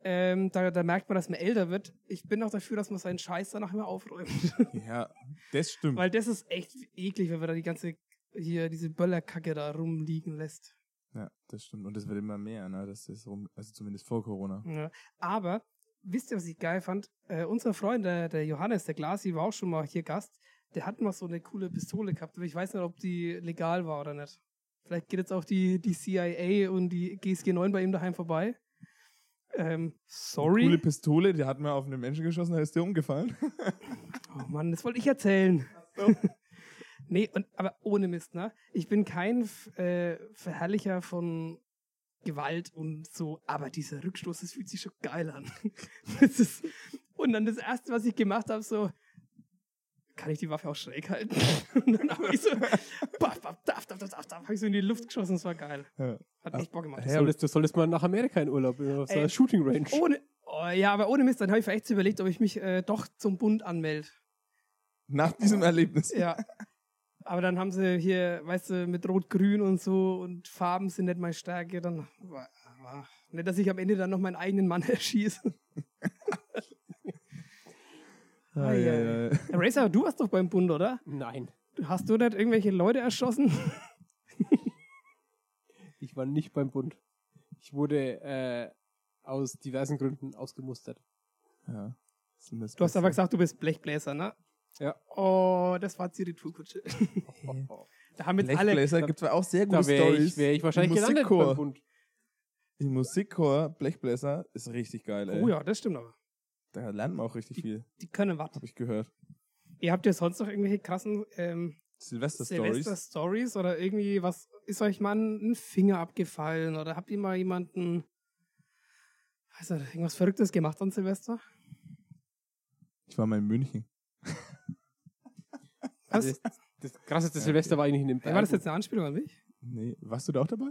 ähm, da, da merkt man, dass man älter wird. Ich bin auch dafür, dass man seinen Scheiß danach immer *laughs* aufräumt. dann. Ja, das stimmt. Weil das ist echt eklig, wenn man da die ganze, hier, diese Böllerkacke da rumliegen lässt. ja, das stimmt. Und das wird immer mehr, ne? Das ist rum, also zumindest vor Corona. Ja. Aber wisst ihr, was ich geil fand? Äh, unser Freund, der, der Johannes, der Glasi, war auch schon mal hier Gast. Der hat mal so eine coole Pistole gehabt, aber ich weiß nicht, ob die legal war oder nicht. Vielleicht geht jetzt auch die, die CIA und die GSG 9 bei ihm daheim vorbei. Ähm, Eine coole sorry. Pistole, die hat mir auf einen Menschen geschossen, da ist der umgefallen. *laughs* Oh Mann, das wollte ich erzählen. *laughs* nee, und, aber ohne Mist, ne? Ich bin kein F- äh, Verherrlicher von Gewalt und so, aber dieser Rückstoß, das fühlt sich schon geil an. *laughs* das ist, und dann das Erste, was ich gemacht habe, so, kann ich die Waffe auch schräg halten? *laughs* und dann habe ich so, baff, baff, daff, daff, daff, daff, daff, habe ich so in die Luft geschossen, das war geil. Ja. Hat echt Bock gemacht. Du solltest, du solltest mal nach Amerika in Urlaub, auf so Ey. einer Shooting Range. Ohne, oh, ja, aber ohne Mist, dann habe ich echt überlegt, ob ich mich äh, doch zum Bund anmelde. Nach diesem Erlebnis. Ja. Aber dann haben sie hier, weißt du, mit Rot-Grün und so und Farben sind nicht meine Stärke. Dann war, war, nicht, dass ich am Ende dann noch meinen eigenen Mann erschieße. Ah, ja, ja, ja. Racer, du warst doch beim Bund, oder? Nein, Hast du nicht irgendwelche Leute erschossen? ich war nicht beim Bund. Ich wurde äh, aus diversen *laughs* Gründen ausgemustert. ja. Das ist das Du hast Beste. aber gesagt, du bist Blechbläser, ne? Ja. Oh, das war die Retourkutsche. Da haben jetzt alle. Blechbläser gibt es auch sehr gute Da wäre Stories. ich, wär ich wahrscheinlich Im gelandet Musikchor. beim Bund. Im Musikchor Blechbläser ist richtig geil, ey. Oh ja, das stimmt aber. Da lernt man auch richtig viel, Die können was. habe ich gehört. Ihr habt ja sonst noch irgendwelche krassen ähm, Silvester-Stories. Silvester-Stories oder irgendwie was, ist euch mal ein Finger abgefallen oder habt ihr mal jemanden, weiß nicht, irgendwas Verrücktes gemacht an Silvester? ich war mal in München. Was? Also, Das, das krasseste Silvester war eigentlich in den Ey, Bergen. war das jetzt eine Anspielung an mich? Nee, warst du da auch dabei?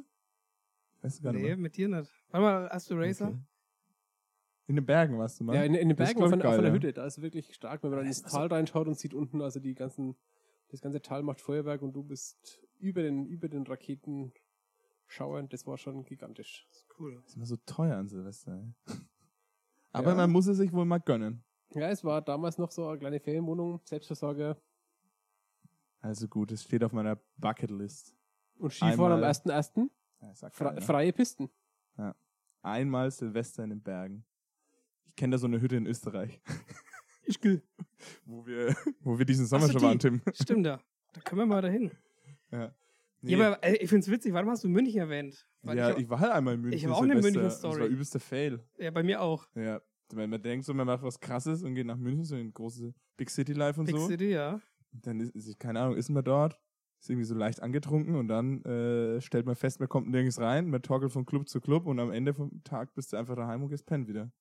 Weißt du gar Nee, nicht mit dir nicht. Warte mal, hast du mehr? Racer? Okay. In den Bergen warst du mal? Ja, in, in den ne? Das ist, glaub Bergen auf, ich, einer- auf geil, einer ja. Hütte, da ist wirklich stark, wenn man dann ins Tal reinschaut und sieht unten, also die ganzen, das ganze Tal macht Feuerwerk und du bist über den, über den Raketen schauernd, das war schon gigantisch. Cool. Ist immer so teuer an Silvester, *laughs* ey. Aber Ja. man muss es sich wohl mal gönnen. Ja, es war damals noch so eine kleine Ferienwohnung, Selbstversorger Also gut, es steht auf meiner Bucketlist. und Skifahren am Einmal- 1.1. Ja, ist auch Fre geil, ne? Freie Pisten. Einmal Silvester in den Bergen. Ich kenne da so eine Hütte in Österreich, *laughs* Ich geh. wo wir, wo wir diesen Sommer Ach so, schon die. waren, Tim. Stimmt da. Da können wir mal dahin. Nee. Ja, aber ey, ich find's witzig, warum hast du München erwähnt? Weil ja, ich hab- ich, war halt einmal in München. ich hab auch eine Silvester. München-Story. Das war übelster Fail. ja, bei mir auch. Ja. Wenn man denkt so, man macht was krasses und geht nach München, so in große Big City Life und Big so. City, ja. Dann ist, ist, keine Ahnung, ist man dort, ist irgendwie so leicht angetrunken und dann äh, stellt man fest, man kommt nirgends rein, man torkelt von Club zu Club und am Ende vom Tag bist du einfach daheim und gehst pennen wieder.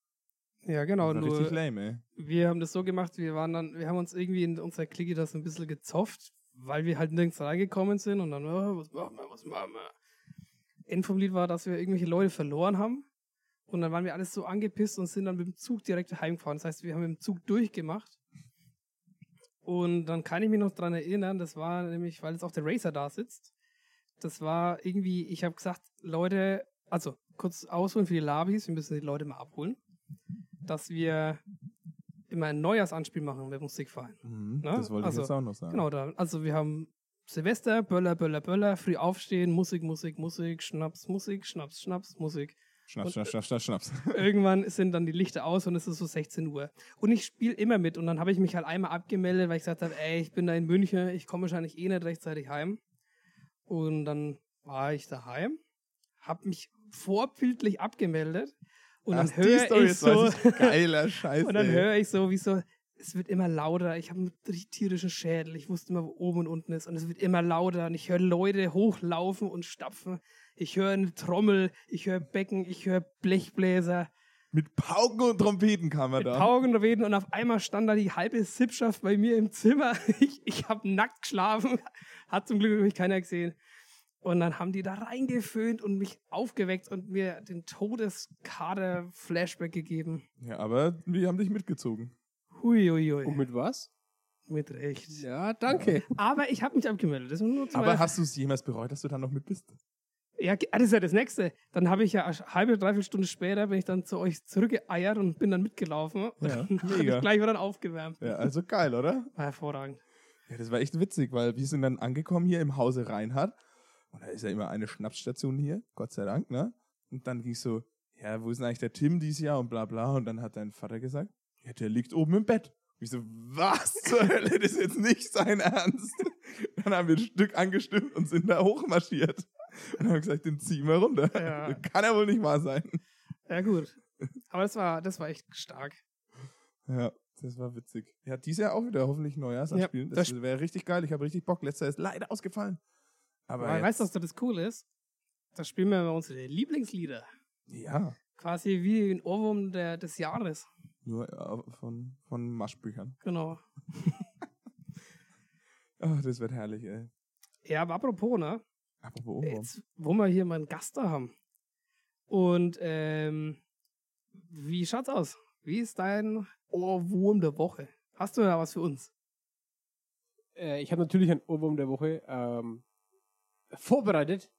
Ja, genau. Das war richtig Nur, lame, ey. wir haben das so gemacht, wir waren dann, wir haben uns irgendwie in unserer Clique da so ein bisschen gezofft, weil wir halt nirgends reingekommen sind und dann, oh, was machen wir, was machen wir? End vom Lied war, dass wir irgendwelche Leute verloren haben und dann waren wir alles so angepisst und sind dann mit dem Zug direkt heimgefahren. Das heißt, wir haben mit dem Zug durchgemacht und dann kann ich mich noch dran erinnern, das war nämlich, weil jetzt auch der Racer da sitzt, das war irgendwie, ich habe gesagt, Leute, also kurz ausholen für die Labis, wir müssen die Leute mal abholen, dass wir im immer ein Neujahrsanspiel machen mit Musikverein. Mhm, Na, Das wollte also, ich jetzt auch noch sagen. Genau, da, also wir haben Silvester, Böller, Böller, Böller, früh aufstehen, Musik, Musik, Musik, Schnaps, Musik, Schnaps, Schnaps, *laughs* Musik. Schnaps, Und- schnaps, schnaps, schnaps, schnaps. Irgendwann sind dann die Lichter aus und es ist so 16 Uhr. Und ich spiele immer mit und dann habe ich mich halt einmal abgemeldet, weil ich gesagt habe, ey, ich bin da in München, ich komme wahrscheinlich eh nicht rechtzeitig heim. Und dann war ich daheim, habe mich vorbildlich abgemeldet und dann Ach, die höre Story, ich jetzt so... weiß ich. *laughs* Geiler Scheiß. Und dann ey. höre ich so, wie so, es wird immer lauter. Ich habe einen richtig tierischen Schädel. Ich wusste immer, wo oben und unten ist. Und es wird immer lauter. Und ich höre Leute hochlaufen und stapfen. Ich höre eine Trommel, ich höre Becken, ich höre Blechbläser, Mit Pauken und Trompeten kam er mit da. Taugen reden und auf einmal stand da die halbe Sippschaft bei mir im Zimmer. *laughs* Ich, ich habe nackt geschlafen, hat zum Glück wirklich keiner gesehen. Und dann haben die da reingeföhnt und mich aufgeweckt und mir den Todeskader-Flashback gegeben. Ja, aber wir haben dich mitgezogen. Huiuiui. Und mit was? mit Recht. Ja, danke. Aber ich habe mich abgemeldet. Das ist nur zu Aber meiner- hast du es jemals bereut, dass du da noch mit bist? ja, ge- ah, das ist ja das Nächste. Dann habe ich ja eine halbe, dreiviertel Stunde später bin ich dann zu euch zurückgeeiert und bin dann mitgelaufen. *laughs* Ja, Hab ich mega. gleich wieder aufgewärmt. Ja, also geil, oder? War hervorragend. Ja, das war echt witzig, weil wir sind dann angekommen hier im Hause Reinhardt. Und da ist ja immer eine Schnapsstation hier, Gott sei Dank, ne? Und dann ging so, ja, wo ist denn eigentlich der Tim dieses Jahr und bla bla. Und dann hat dein Vater gesagt, ja, der liegt oben im Bett. Und ich so, was zur Hölle, das ist jetzt nicht sein Ernst. *laughs* Dann haben wir ein Stück angestimmt und sind da hochmarschiert. Und haben gesagt, den ziehen wir runter. Ja. *laughs* Kann ja wohl nicht wahr sein. Ja, gut. Aber das war, das war echt stark. Ja, das war witzig. Ja, dieses Jahr auch wieder hoffentlich Neujahrsanspielen. Ja, das das wäre richtig geil. Ich habe richtig Bock. Letzter ist leider ausgefallen. Aber Aber jetzt, weißt du, was da das Coole ist? Da spielen wir immer unsere Lieblingslieder. ja, Quasi wie ein Ohrwurm der, des Jahres. nur äh, von, von Maschbüchern. Genau. Ach, Ah, das wird herrlich, ey. Ja, aber apropos, ne? Apropos Ohrwurm. Jetzt wollen wir hier mal einen Gast da haben. Und ähm, wie schaut's aus? Wie ist dein Ohrwurm der Woche? Hast du da was für uns? Äh, ich habe natürlich einen Ohrwurm der Woche ähm, vorbereitet,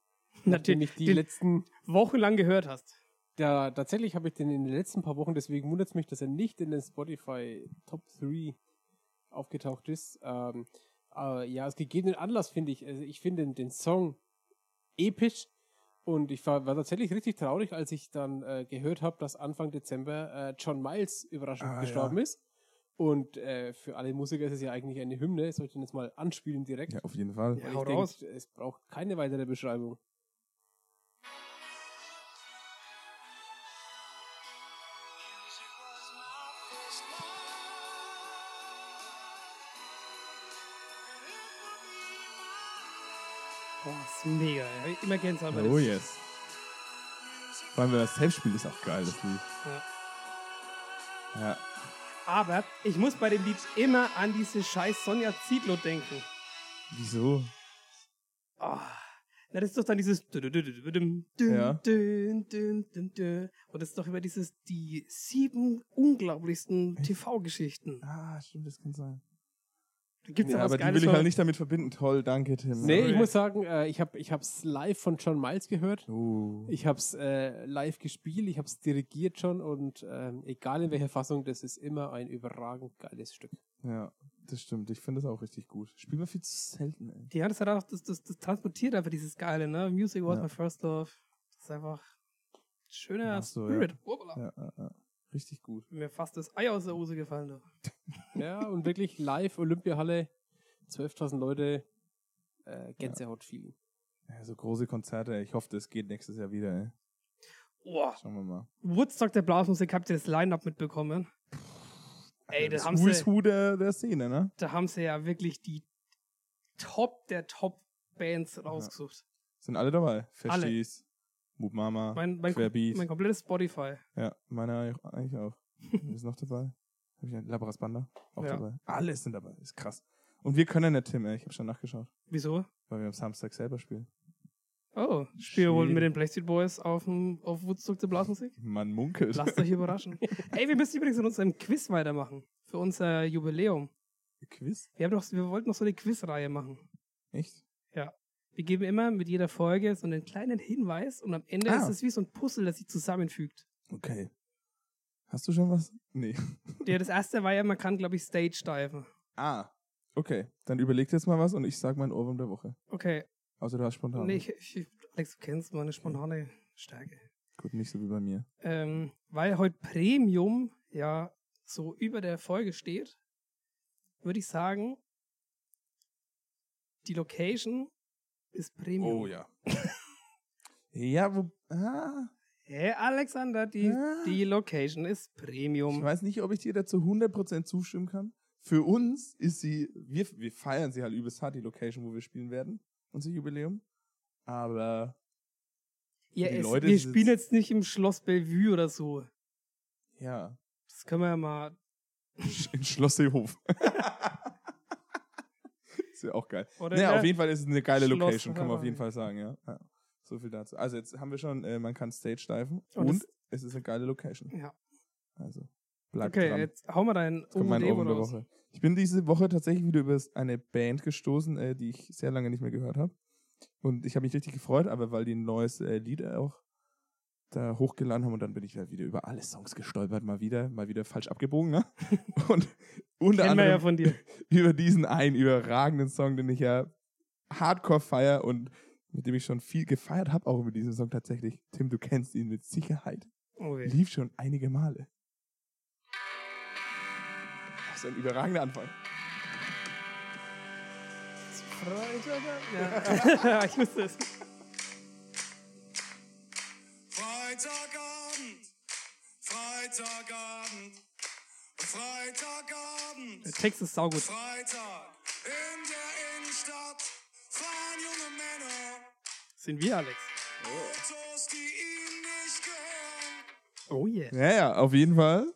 nachdem ich die den letzten wochenlang gehört hast. Da, tatsächlich habe ich den in den letzten paar Wochen, deswegen wundert es mich, dass er nicht in den Spotify Top 3 aufgetaucht ist. Ähm, aber ja, aus gegebenen Anlass finde ich, also ich finde den, den Song episch und ich war, war tatsächlich richtig traurig, als ich dann äh, gehört habe, dass Anfang Dezember äh, John Miles überraschend Ah, gestorben ja. ist. Und äh, für alle Musiker ist es ja eigentlich eine Hymne. Soll ich den jetzt mal anspielen direkt? Ja, auf jeden Fall. Ja. Weil hau ich denk, raus. es braucht keine weitere Beschreibung. Music was my first love, and it Boah, Oh, ist will be my mega. ey. Hab Ich immer Gänsehaut bei dem. Oh yes. Vor allem, wenn das selbst spielt, ist auch geil, das Lied. Ja. Ja. Aber ich muss bei dem Lied immer an diese scheiß Sonja Zietlow denken. Wieso? Ah, Na, das ist doch dann dieses. dü- dü- dü- dü- dü- dü- Ja. dü- dü- dü- dü. Und das ist doch immer dieses, die sieben unglaublichsten TV-Geschichten. Ah, stimmt, das kann sein. Da gibt's Ja, ja was aber die Geiles. will ich von- halt nicht damit verbinden. Toll, danke, Tim. Nee, Sorry. ich muss sagen, äh, ich habe es live von John Miles gehört. Oh. Ich habe es äh, live gespielt, ich habe es dirigiert schon und ähm, egal in welcher Fassung, das ist immer ein überragend geiles Stück. Ja, das stimmt. Ich finde das auch richtig gut. Spielen wir viel zu selten, ey. Ja, das hat auch, das, das, das transportiert einfach dieses Geile, ne? Music was Ja. my first love. Das ist einfach ein schöner Ach so, ja. Spirit. Urbala. Ja, ja, ja. Richtig gut. Mir fast das Ei aus der Hose gefallen. Du. Ja, und wirklich live Olympiahalle, 12.000 Leute, äh, Gänsehaut viel. Ja, so große Konzerte, ey. ich hoffe, das geht nächstes Jahr wieder, ey. Boah. Schauen wir mal. Woodstock der Blasmusik, habt ihr das Line-Up mitbekommen? Ey, da das haben, Who is sie, Who der, der Szene, ne? da haben sie ja wirklich die Top der Top-Bands rausgesucht. Sind alle dabei. Alle. Festis, Moop Mama, Mein, mein, Querbeat. mein komplettes Spotify. ja, meine auch- *laughs* eigentlich auch. Wer ist noch dabei? Hab ich einen Labras Banda? Auch Ja. dabei. Alle sind dabei. Ist krass. Und wir können nicht, Tim, ey. Ich habe schon nachgeschaut. Wieso? Weil wir am Samstag selber spielen. Oh, spielen wohl Schön. mit den Blackstreet Boys auf, dem, auf Woodstock der *laughs* Blasmusik? Man munkelt. Lasst euch überraschen. Ey, wir müssen übrigens in unserem Quiz weitermachen. Für unser Jubiläum. Quiz? Wir, haben doch, wir wollten noch so eine Quizreihe machen. Echt? Wir geben immer mit jeder Folge so einen kleinen Hinweis und am Ende Ah. ist es wie so ein Puzzle, das sich zusammenfügt. Okay. Hast du schon was? Nee. *laughs* Der, das erste war ja, man kann, glaube ich, Stage diven. Ah. Okay, dann überleg jetzt mal was und ich sag meinen Ohrwurm der Woche. Okay. Außer du hast spontan. Nee, ich, ich, Alex, du kennst meine spontane Stärke. Gut, nicht so wie bei mir. Ähm, weil heute Premium ja so über der Folge steht, würde ich sagen, die Location ist Premium. *laughs* Oh ja. ja, wo. Ah, Hey Alexander, die, Ja. die Location ist ich Premium. weiß nicht, ob ich dir dazu 100% zustimmen kann. Für uns ist sie. Wir, wir feiern sie halt übelst hart, die Location, wo wir spielen werden. Unser Jubiläum. Aber. Ja, die es, Leute wir sind- spielen jetzt nicht im Schloss Bellevue oder so. Ja. Das können wir ja mal. *laughs* In Schloss Seehof. *laughs* ist ja auch geil. Oder Naja, auf Ja. jeden Fall ist es eine geile Schloss Location, kann man auf Havanna. jeden Fall sagen, ja. ja. So viel dazu. Also jetzt haben wir schon, äh, man kann Stage diven Und und, es- es ist eine geile Location. Ja. Also bleibt Okay, dran. jetzt hau mal deinen Jetzt kommt mein Ohrwurm Ohrwurm der raus. Woche. Ich bin diese Woche tatsächlich wieder über eine Band gestoßen, äh, die ich sehr lange nicht mehr gehört habe. Und ich habe mich richtig gefreut, aber weil die ein neues äh, Lied auch da hochgeladen haben und dann bin ich halt wieder über alle Songs gestolpert, mal wieder, mal wieder falsch abgebogen, *laughs* ne? Und unter Kennen wir anderem ja von *laughs* dir. über diesen einen überragenden Song, den ich ja hardcore feier und mit dem ich schon viel gefeiert habe, auch mit diesem Song tatsächlich. Tim, du kennst ihn mit Sicherheit. Oh, weh. *laughs* Lief schon einige Male. Das ist ein überragender Anfang. Ja. ich wusste es. Freitagabend, Freitagabend, Freitagabend. Der Text ist saugut. Freitag in der Innenstadt fahren junge Männer Sind wir, Alex. Autos, die ihnen nicht gehören. Oh yeah. Ja, ja, auf jeden Fall.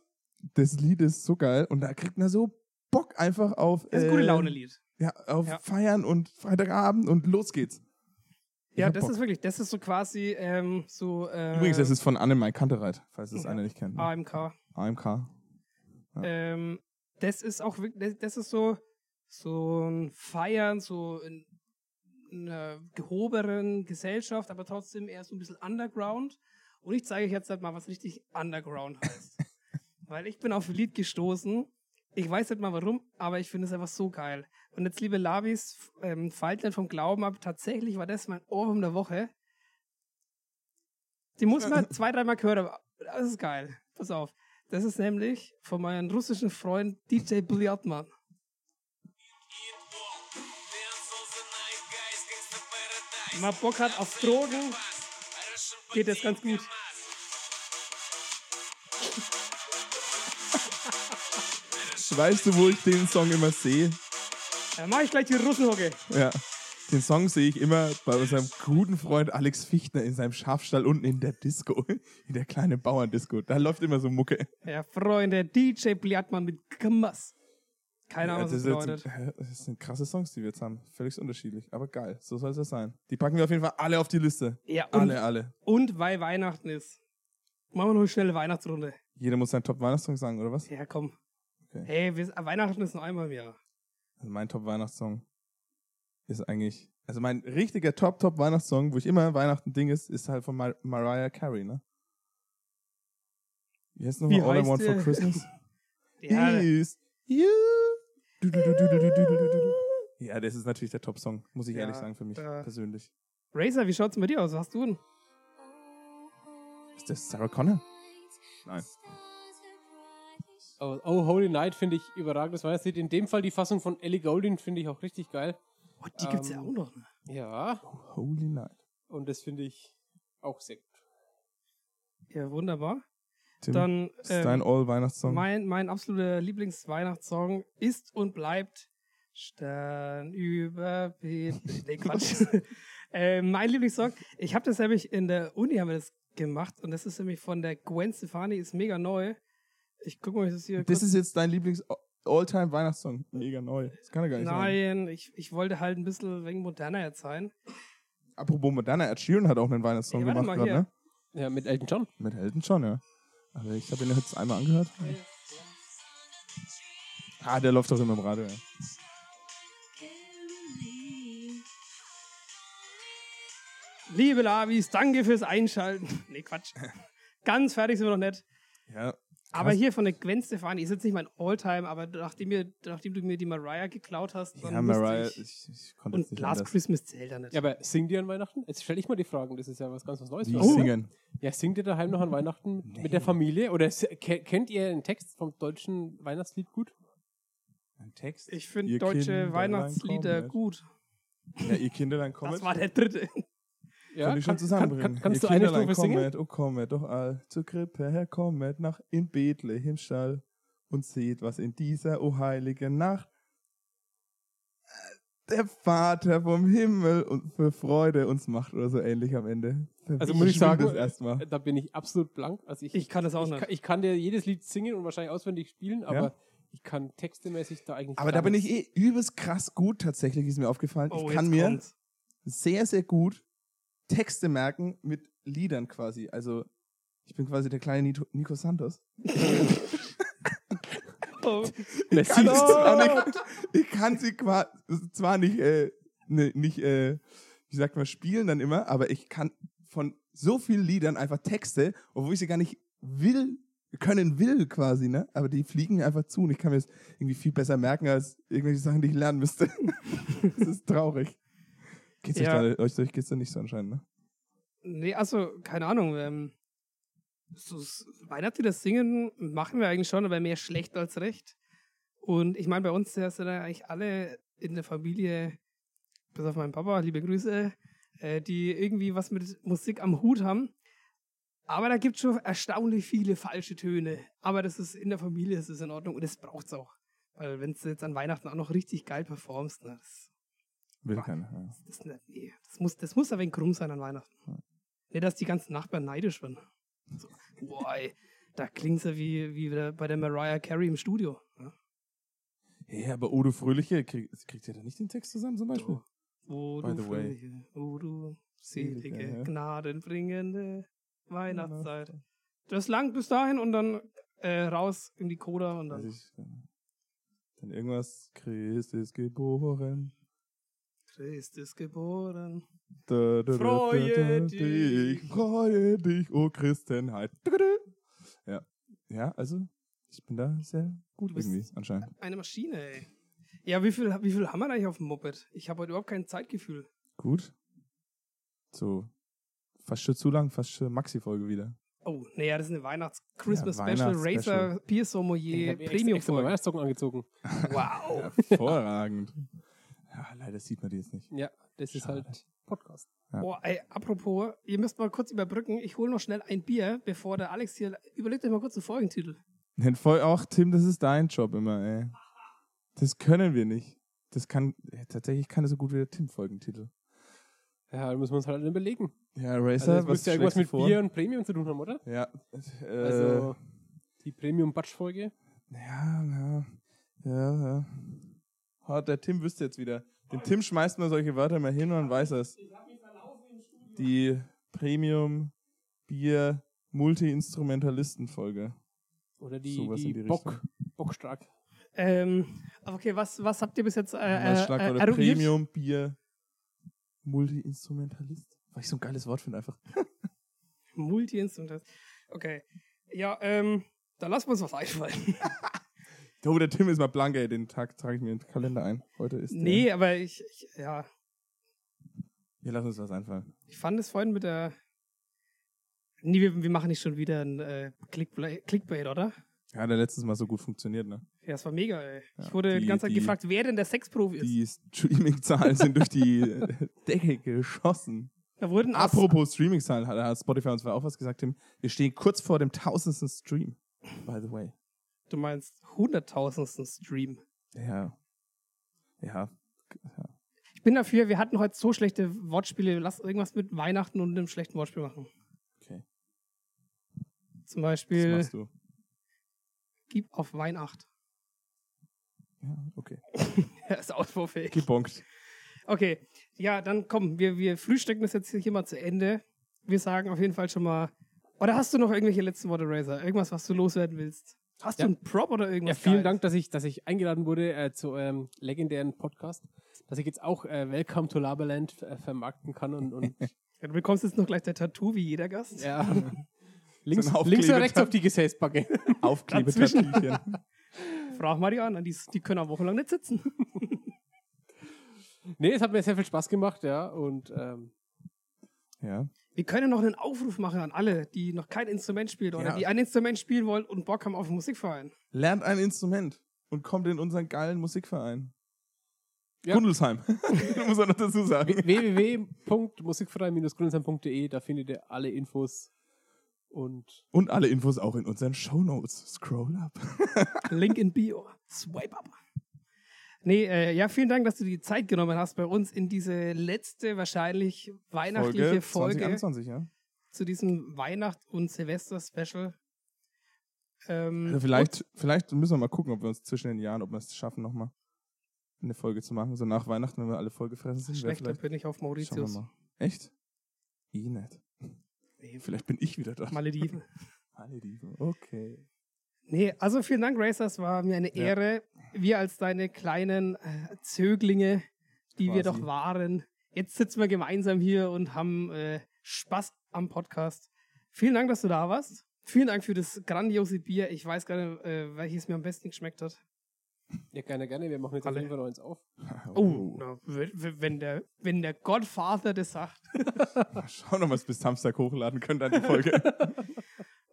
Das Lied ist so geil und da kriegt man so Bock einfach auf. äh, Das ist ein gute Laune-Lied. Ja, auf Ja. Feiern und Freitagabend und los geht's. Ich Ja, hab das Bock. ist wirklich, das ist so quasi ähm, so. Äh, Übrigens, das ist von Annemai Kantereit, falls es Ja. Ah. einer nicht kennt. ne? AMK. AMK. Ähm, das ist auch wirklich, das- das ist so, so ein Feiern, so in, in einer gehobenen Gesellschaft, aber trotzdem eher so ein bisschen underground. Und ich zeige euch jetzt halt mal, was richtig underground heißt. Weil ich bin auf ein Lied gestoßen. Ich weiß nicht mal warum, aber ich finde es einfach so geil. Und jetzt, liebe Lavis, f- ähm, fallt nicht vom Glauben ab. Tatsächlich war das mein Ohrwurm der Woche. Die muss man zwei, dreimal gehört haben. Das ist geil. Pass auf. Das ist nämlich von meinem russischen Freund DJ Billiardmann. Wenn man Bock hat auf Drogen, geht das ganz gut. Weißt du, wo ich den Song immer sehe? Dann mache ich gleich die Russenhocke. Ja. Den Song sehe ich immer bei unserem guten Freund Alex Fichtner in seinem Schafstall unten in der Disco, *laughs* in der kleinen Bauerndisco. Da läuft immer so Mucke. Ja, Freunde, DJ Billiardmann mit Gmas. Keine Ahnung, was das Äh, ist jetzt- bedeutet. hä, *laughs* das sind krasse Songs, die wir jetzt haben. Völlig unterschiedlich, aber geil. So soll es ja sein. Die packen wir auf jeden Fall alle auf die Liste. Ja, und, Alle, alle. und weil Weihnachten ist. Machen wir noch eine schnelle Weihnachtsrunde. Jeder muss seinen Top-Weihnachtssong sagen, oder was? Ja, komm. Okay. Hey, wir, Weihnachten ist nur einmal im Jahr. Also mein Top-Weihnachtssong ist eigentlich. Also mein richtiger Top-Top-Weihnachtssong, wo ich immer Weihnachten Ding ist, ist halt von Mar Mariah Carey, ne? Wie heißt nochmal Wie All I heißt Want for der? Christmas? *laughs* Ja, Is you. Du, du, du, du, du, du, du, du, du, du. Ja, das ist natürlich der Top-Song, muss ich Ja, ehrlich sagen, für mich da- persönlich. Razer, wie schaut's bei dir aus? Was hast du denn? Ist das Sarah Connor? Nein. Aber Oh, Holy Night finde ich überragend. Das Weihnachtslied. In dem Fall die Fassung von Ellie Goulding finde ich auch richtig geil. Oh, die gibt's ja Ähm, auch noch. Ne? Ja. Holy Night. Und das finde ich auch sehr gut. Ja, wunderbar. Tim, Dann ist dein ähm, All-Weihnachtssong? mein, mein absoluter Lieblingsweihnachtssong ist und bleibt Stern über *laughs* Peter. Nee, Quatsch. äh, mein Lieblingssong. Ich habe das nämlich in der Uni haben wir das gemacht und das ist nämlich von der Gwen Stefani, ist mega neu. Ich gucke mal, ich das hier kurz- Das ist jetzt dein Lieblings-All-Time-Weihnachtssong. Mega neu. Das kann ja gar nicht sein. Nein, ich, ich wollte halt ein bisschen wegen moderner jetzt sein. Apropos Madonna, Ed Sheeran hat auch einen Weihnachtssong Ey, warte gemacht mal gerade, hier. ne? Ja, mit Elton John. Mit Elton John, ja. Aber ich habe ihn jetzt einmal angehört. Ah, der läuft doch immer im Radio, ja. Liebe *laughs* Lavis, danke fürs Einschalten. Nee, Quatsch. Ganz fertig sind wir noch nicht. Ja, Aber krass. hier von der Gwen Stefani ist jetzt nicht mein Alltime, aber nachdem, mir, nachdem du mir die Mariah geklaut hast, dann Ja, musste Mariah, ich, ich, ich konnte es und nicht Last anders. Christmas zählt dann nicht. Ja, aber singt ihr an Weihnachten? Jetzt stell ich mal die Fragen, das ist ja was ganz was Neues. Oh, Wie für uns. singen. Ja, singt ihr daheim noch an Weihnachten Mhm. Nee. mit der Familie? Oder se- ke- kennt ihr den Text vom deutschen Weihnachtslied gut? Ein Text? ich finde Ihr deutsche Kinderlein Weihnachtslieder kommet. gut. Ja, ihr Kinderlein kommet. Das war der dritte. Ja, kann ich schon zusammenbringen. Kann, kann, kannst ihr du eine Kinderlein Strophe singen? kommet, oh kommet doch all zur Krippe, Herr kommet nach in Bethlehem Stall und seht, was in dieser, o heilige Nacht, äh, der Vater vom Himmel und für Freude uns macht oder so ähnlich am Ende. Also Wie muss ich schwimmt sagen, äh, das erstmal. Da bin ich absolut blank. Also ich, Ich kann das auch ich, nicht. kann, ich kann dir jedes Lied singen und wahrscheinlich auswendig spielen, aber ich kann textemäßig da eigentlich Aber gar da bin nichts. ich eh übelst krass gut tatsächlich, ist mir aufgefallen. Oh, ich kann jetzt mir kommt's. sehr, sehr gut Texte merken mit Liedern quasi. Also ich bin quasi der kleine Nito, Nico Santos. Oh. Ich kann, sie siehst zwar nicht, ich kann sie qua- zwar nicht, äh, ne, nicht äh, wie sagt man, spielen dann immer, aber ich kann von so vielen Liedern einfach Texte, obwohl ich sie gar nicht will, können will quasi, ne? Aber die fliegen mir einfach zu und ich kann mir das irgendwie viel besser merken, als irgendwelche Sachen, die ich lernen müsste. *laughs* das ist traurig. Geht's Ja. euch, da, euch, euch geht's da nicht so anscheinend, ne? Nee, also, keine Ahnung. Ähm, so s- Weihnachtslieder singen machen wir eigentlich schon, aber mehr schlecht als recht. Und ich meine, bei uns sind ja eigentlich alle in der Familie, bis auf meinen Papa, liebe Grüße, äh, die irgendwie was mit Musik am Hut haben. Aber da gibt es schon erstaunlich viele falsche Töne. Aber das ist in der Familie, das ist in Ordnung und das braucht's auch. Weil wenn du jetzt an Weihnachten auch noch richtig geil performst, na, das Will keiner. Ja. das, ist nicht- nee, das, muss, das muss ein wenig krumm sein an Weihnachten. Nicht, dass die ganzen Nachbarn neidisch werden. So, boah, ey, da klingt ja wie, wie wieder bei der Mariah Carey im Studio. Ja? Hey, aber Odo Fröhliche krieg, kriegt ja da nicht den Text zusammen zum Beispiel. So. Oh, By du the way. fröhliche, oh, du selige, Selige, ja. gnadenbringende Weihnachtszeit. Das lang bis dahin und dann äh, raus in die Coda und Also dann ich, dann irgendwas, Christ ist geboren. Christ ist geboren. Da, da, da, Freue da, da, dich. freue dich, o Christenheit. Da, da, da. Ja, ja, also ich bin da sehr gut Du bist- irgendwie anscheinend. Eine Maschine, ey. Ja, wie viel, wie viel haben wir eigentlich auf dem Moped? Ich habe heute überhaupt kein Zeitgefühl. Gut. So, fast schon zu lang, fast schon *laughs* Maxi-Folge wieder. Oh, naja, das ist eine Weihnachts-Christmas-Special. Weihnachts- Racer Pier eh Ich Sommelier hab mir extra, premium extra meine folge Weihnachtssocken angezogen. Wow. Hervorragend. ja, leider sieht man die jetzt nicht. Ja, das ist Schade. halt Podcast. Ja. Boah, ey, apropos, ihr müsst mal kurz überbrücken. Ich hole noch schnell ein Bier, bevor der Alex hier. Überlegt euch mal kurz den Folgentitel. Nenn voll auch, Tim, das ist dein Job immer, ey. Das können wir nicht. Das kann, ja, tatsächlich kann das so gut wie der Tim-Folgentitel. Ja, da müssen wir uns halt überlegen. Ja, Also Racer, das müsste ja irgendwas schlägst du mit vor? Bier und Premium zu tun haben, oder? Ja, äh, Also die Premium-Batsch-Folge. Ja, ja, ja, ja. Oh, der Tim wüsste jetzt wieder. Den Tim schmeißt man solche Wörter mal hin und dann weiß er's. Die Premium Bier Multi-Instrumentalisten-Folge. Oder die, Sowas in die, die Bock, Richtung. Bockstark. Ähm, okay, was, was habt ihr bis jetzt äh, Mein äh, Schlagwort äh, der eruiert? Premium Bier Multi-Instrumentalist. Weil ich so ein geiles Wort finde einfach. Multi-Inst und das. Okay. Ja, ähm, da lassen wir uns was *laughs* einfallen. Oh, der Tim ist mal blank, ey. Den Tag trage ich mir in den Kalender ein. Heute ist der. nee, aber ich, ich, ja, Wir lassen uns was einfallen. ich fand es vorhin mit der. Nee, wir, wir machen nicht schon wieder ein äh, Clickbla- Clickbait, oder? Ja, hat ja letztes Mal so gut funktioniert, ne? Ja, das war mega, ey. Ja, ich wurde die- die ganze Zeit die- gefragt, wer denn der Sexprofi ist. Die Streaming-Zahlen sind durch die äh, Decke geschossen. Da wurden aus- Apropos Streaming-Zahlen, hat, hat Spotify uns auch was gesagt. Tim. Wir stehen kurz vor dem tausendsten Stream, by the way. Du meinst hunderttausendsten Stream. Ja. Ja. Ich bin dafür, wir hatten heute so schlechte Wortspiele. Lass irgendwas mit Weihnachten und einem schlechten Wortspiel machen. Okay. Zum Das Beispiel, machst du. gib auf Weihnacht. *laughs* Ja, okay. Er ist ausbaufähig. Gebonkt. Okay, ja, dann komm, wir, wir frühstücken das jetzt hier mal zu Ende. Wir sagen auf jeden Fall schon mal. Oder hast du noch irgendwelche letzten Worte, Razer? Irgendwas, was du loswerden willst? Hast Ja. du einen Prop oder Ja, irgendwas? vielen Geiles? Dank, dass ich, dass ich eingeladen wurde äh, zu eurem legendären Podcast, dass ich jetzt auch äh, Welcome to Laberland äh, vermarkten kann und, und Ja, du bekommst jetzt noch gleich der Tattoo wie jeder Gast. ja, Links, Aufkleber- links oder rechts auf die Gesäßbacke. *laughs* Aufklebetabelchen. Frag mal die anderen, die, die können auch wochenlang nicht sitzen. nee, es hat mir sehr viel Spaß gemacht, ja. Und ähm, *laughs* ja. Wir können noch einen Aufruf machen an alle, die noch kein Instrument spielen oder Ja. die ein Instrument spielen wollen und Bock haben auf einen *laughs* Musikverein. Lernt ein Instrument und kommt in unseren geilen Musikverein. Ja. Gundelsheim. *laughs* Muss er noch dazu sagen. www.musikfrei-grundsam.de, da findet ihr alle Infos. Und Und alle Infos auch in unseren Shownotes. Scroll up. Link in Bio. Swipe up. Nee, äh, ja, vielen Dank, dass du dir die Zeit genommen hast, bei uns in diese letzte, wahrscheinlich weihnachtliche Folge, 2021, ja. zu diesem Weihnacht- und Silvester-Special. Ähm, Also vielleicht, vielleicht müssen wir mal gucken, ob wir uns zwischen den Jahren, ob wir es schaffen, nochmal eine Folge zu machen. So nach Weihnachten, wenn wir alle vollgefressen und sind. wäre schlechter bin ich auf vielleicht- schauen wir Mauritius. mal. Echt? Eh nicht. Nee, Vielleicht bin ich wieder dort. Malediven. *laughs* Malediven. Okay. Nee, also vielen Dank, Racers. War mir eine Ja. Ehre. Wir als deine kleinen äh, Zöglinge, die wir Quasi. doch waren. Jetzt sitzen wir gemeinsam hier und haben äh, Spaß am Podcast. Vielen Dank, dass du da warst. Vielen Dank für das grandiose Bier. Ich weiß gar nicht, äh, welches mir am besten geschmeckt hat. ja, gerne, gerne, wir machen jetzt Alle. auf jeden Fall noch eins auf. Oh, na, w- w- wenn der, wenn der Godfather das sagt. Oh, Mal schauen, ob wir es bis Samstag hochladen *laughs* können, dann die Folge.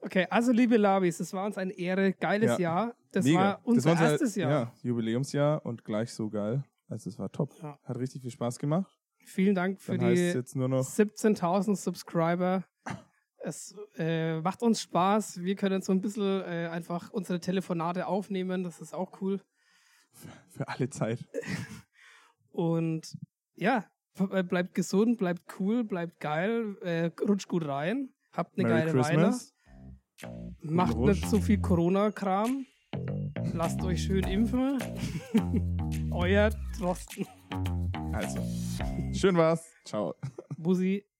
Okay, also liebe Labis, es war uns eine Ehre. Geiles Ja. Jahr. Das Mega. war unser war erstes Jahr. Ja, Jubiläumsjahr und gleich so geil. Also es war top. Ja. Hat richtig viel Spaß gemacht. Vielen Dank für Dann heißt es die jetzt nur noch 17.000 Subscriber. Es äh, macht uns Spaß. Wir können so ein bisschen äh, einfach unsere Telefonate aufnehmen. Das ist auch cool. für alle Zeit. Und ja, b- bleibt gesund, bleibt cool, bleibt geil. Äh, rutscht gut rein. Habt eine Merry geile Weihnacht. Christmas. Macht Rutsch. nicht so viel Corona-Kram. Lasst euch schön impfen. *laughs* Euer Trosten. Also, schön war's. Ciao. Busi.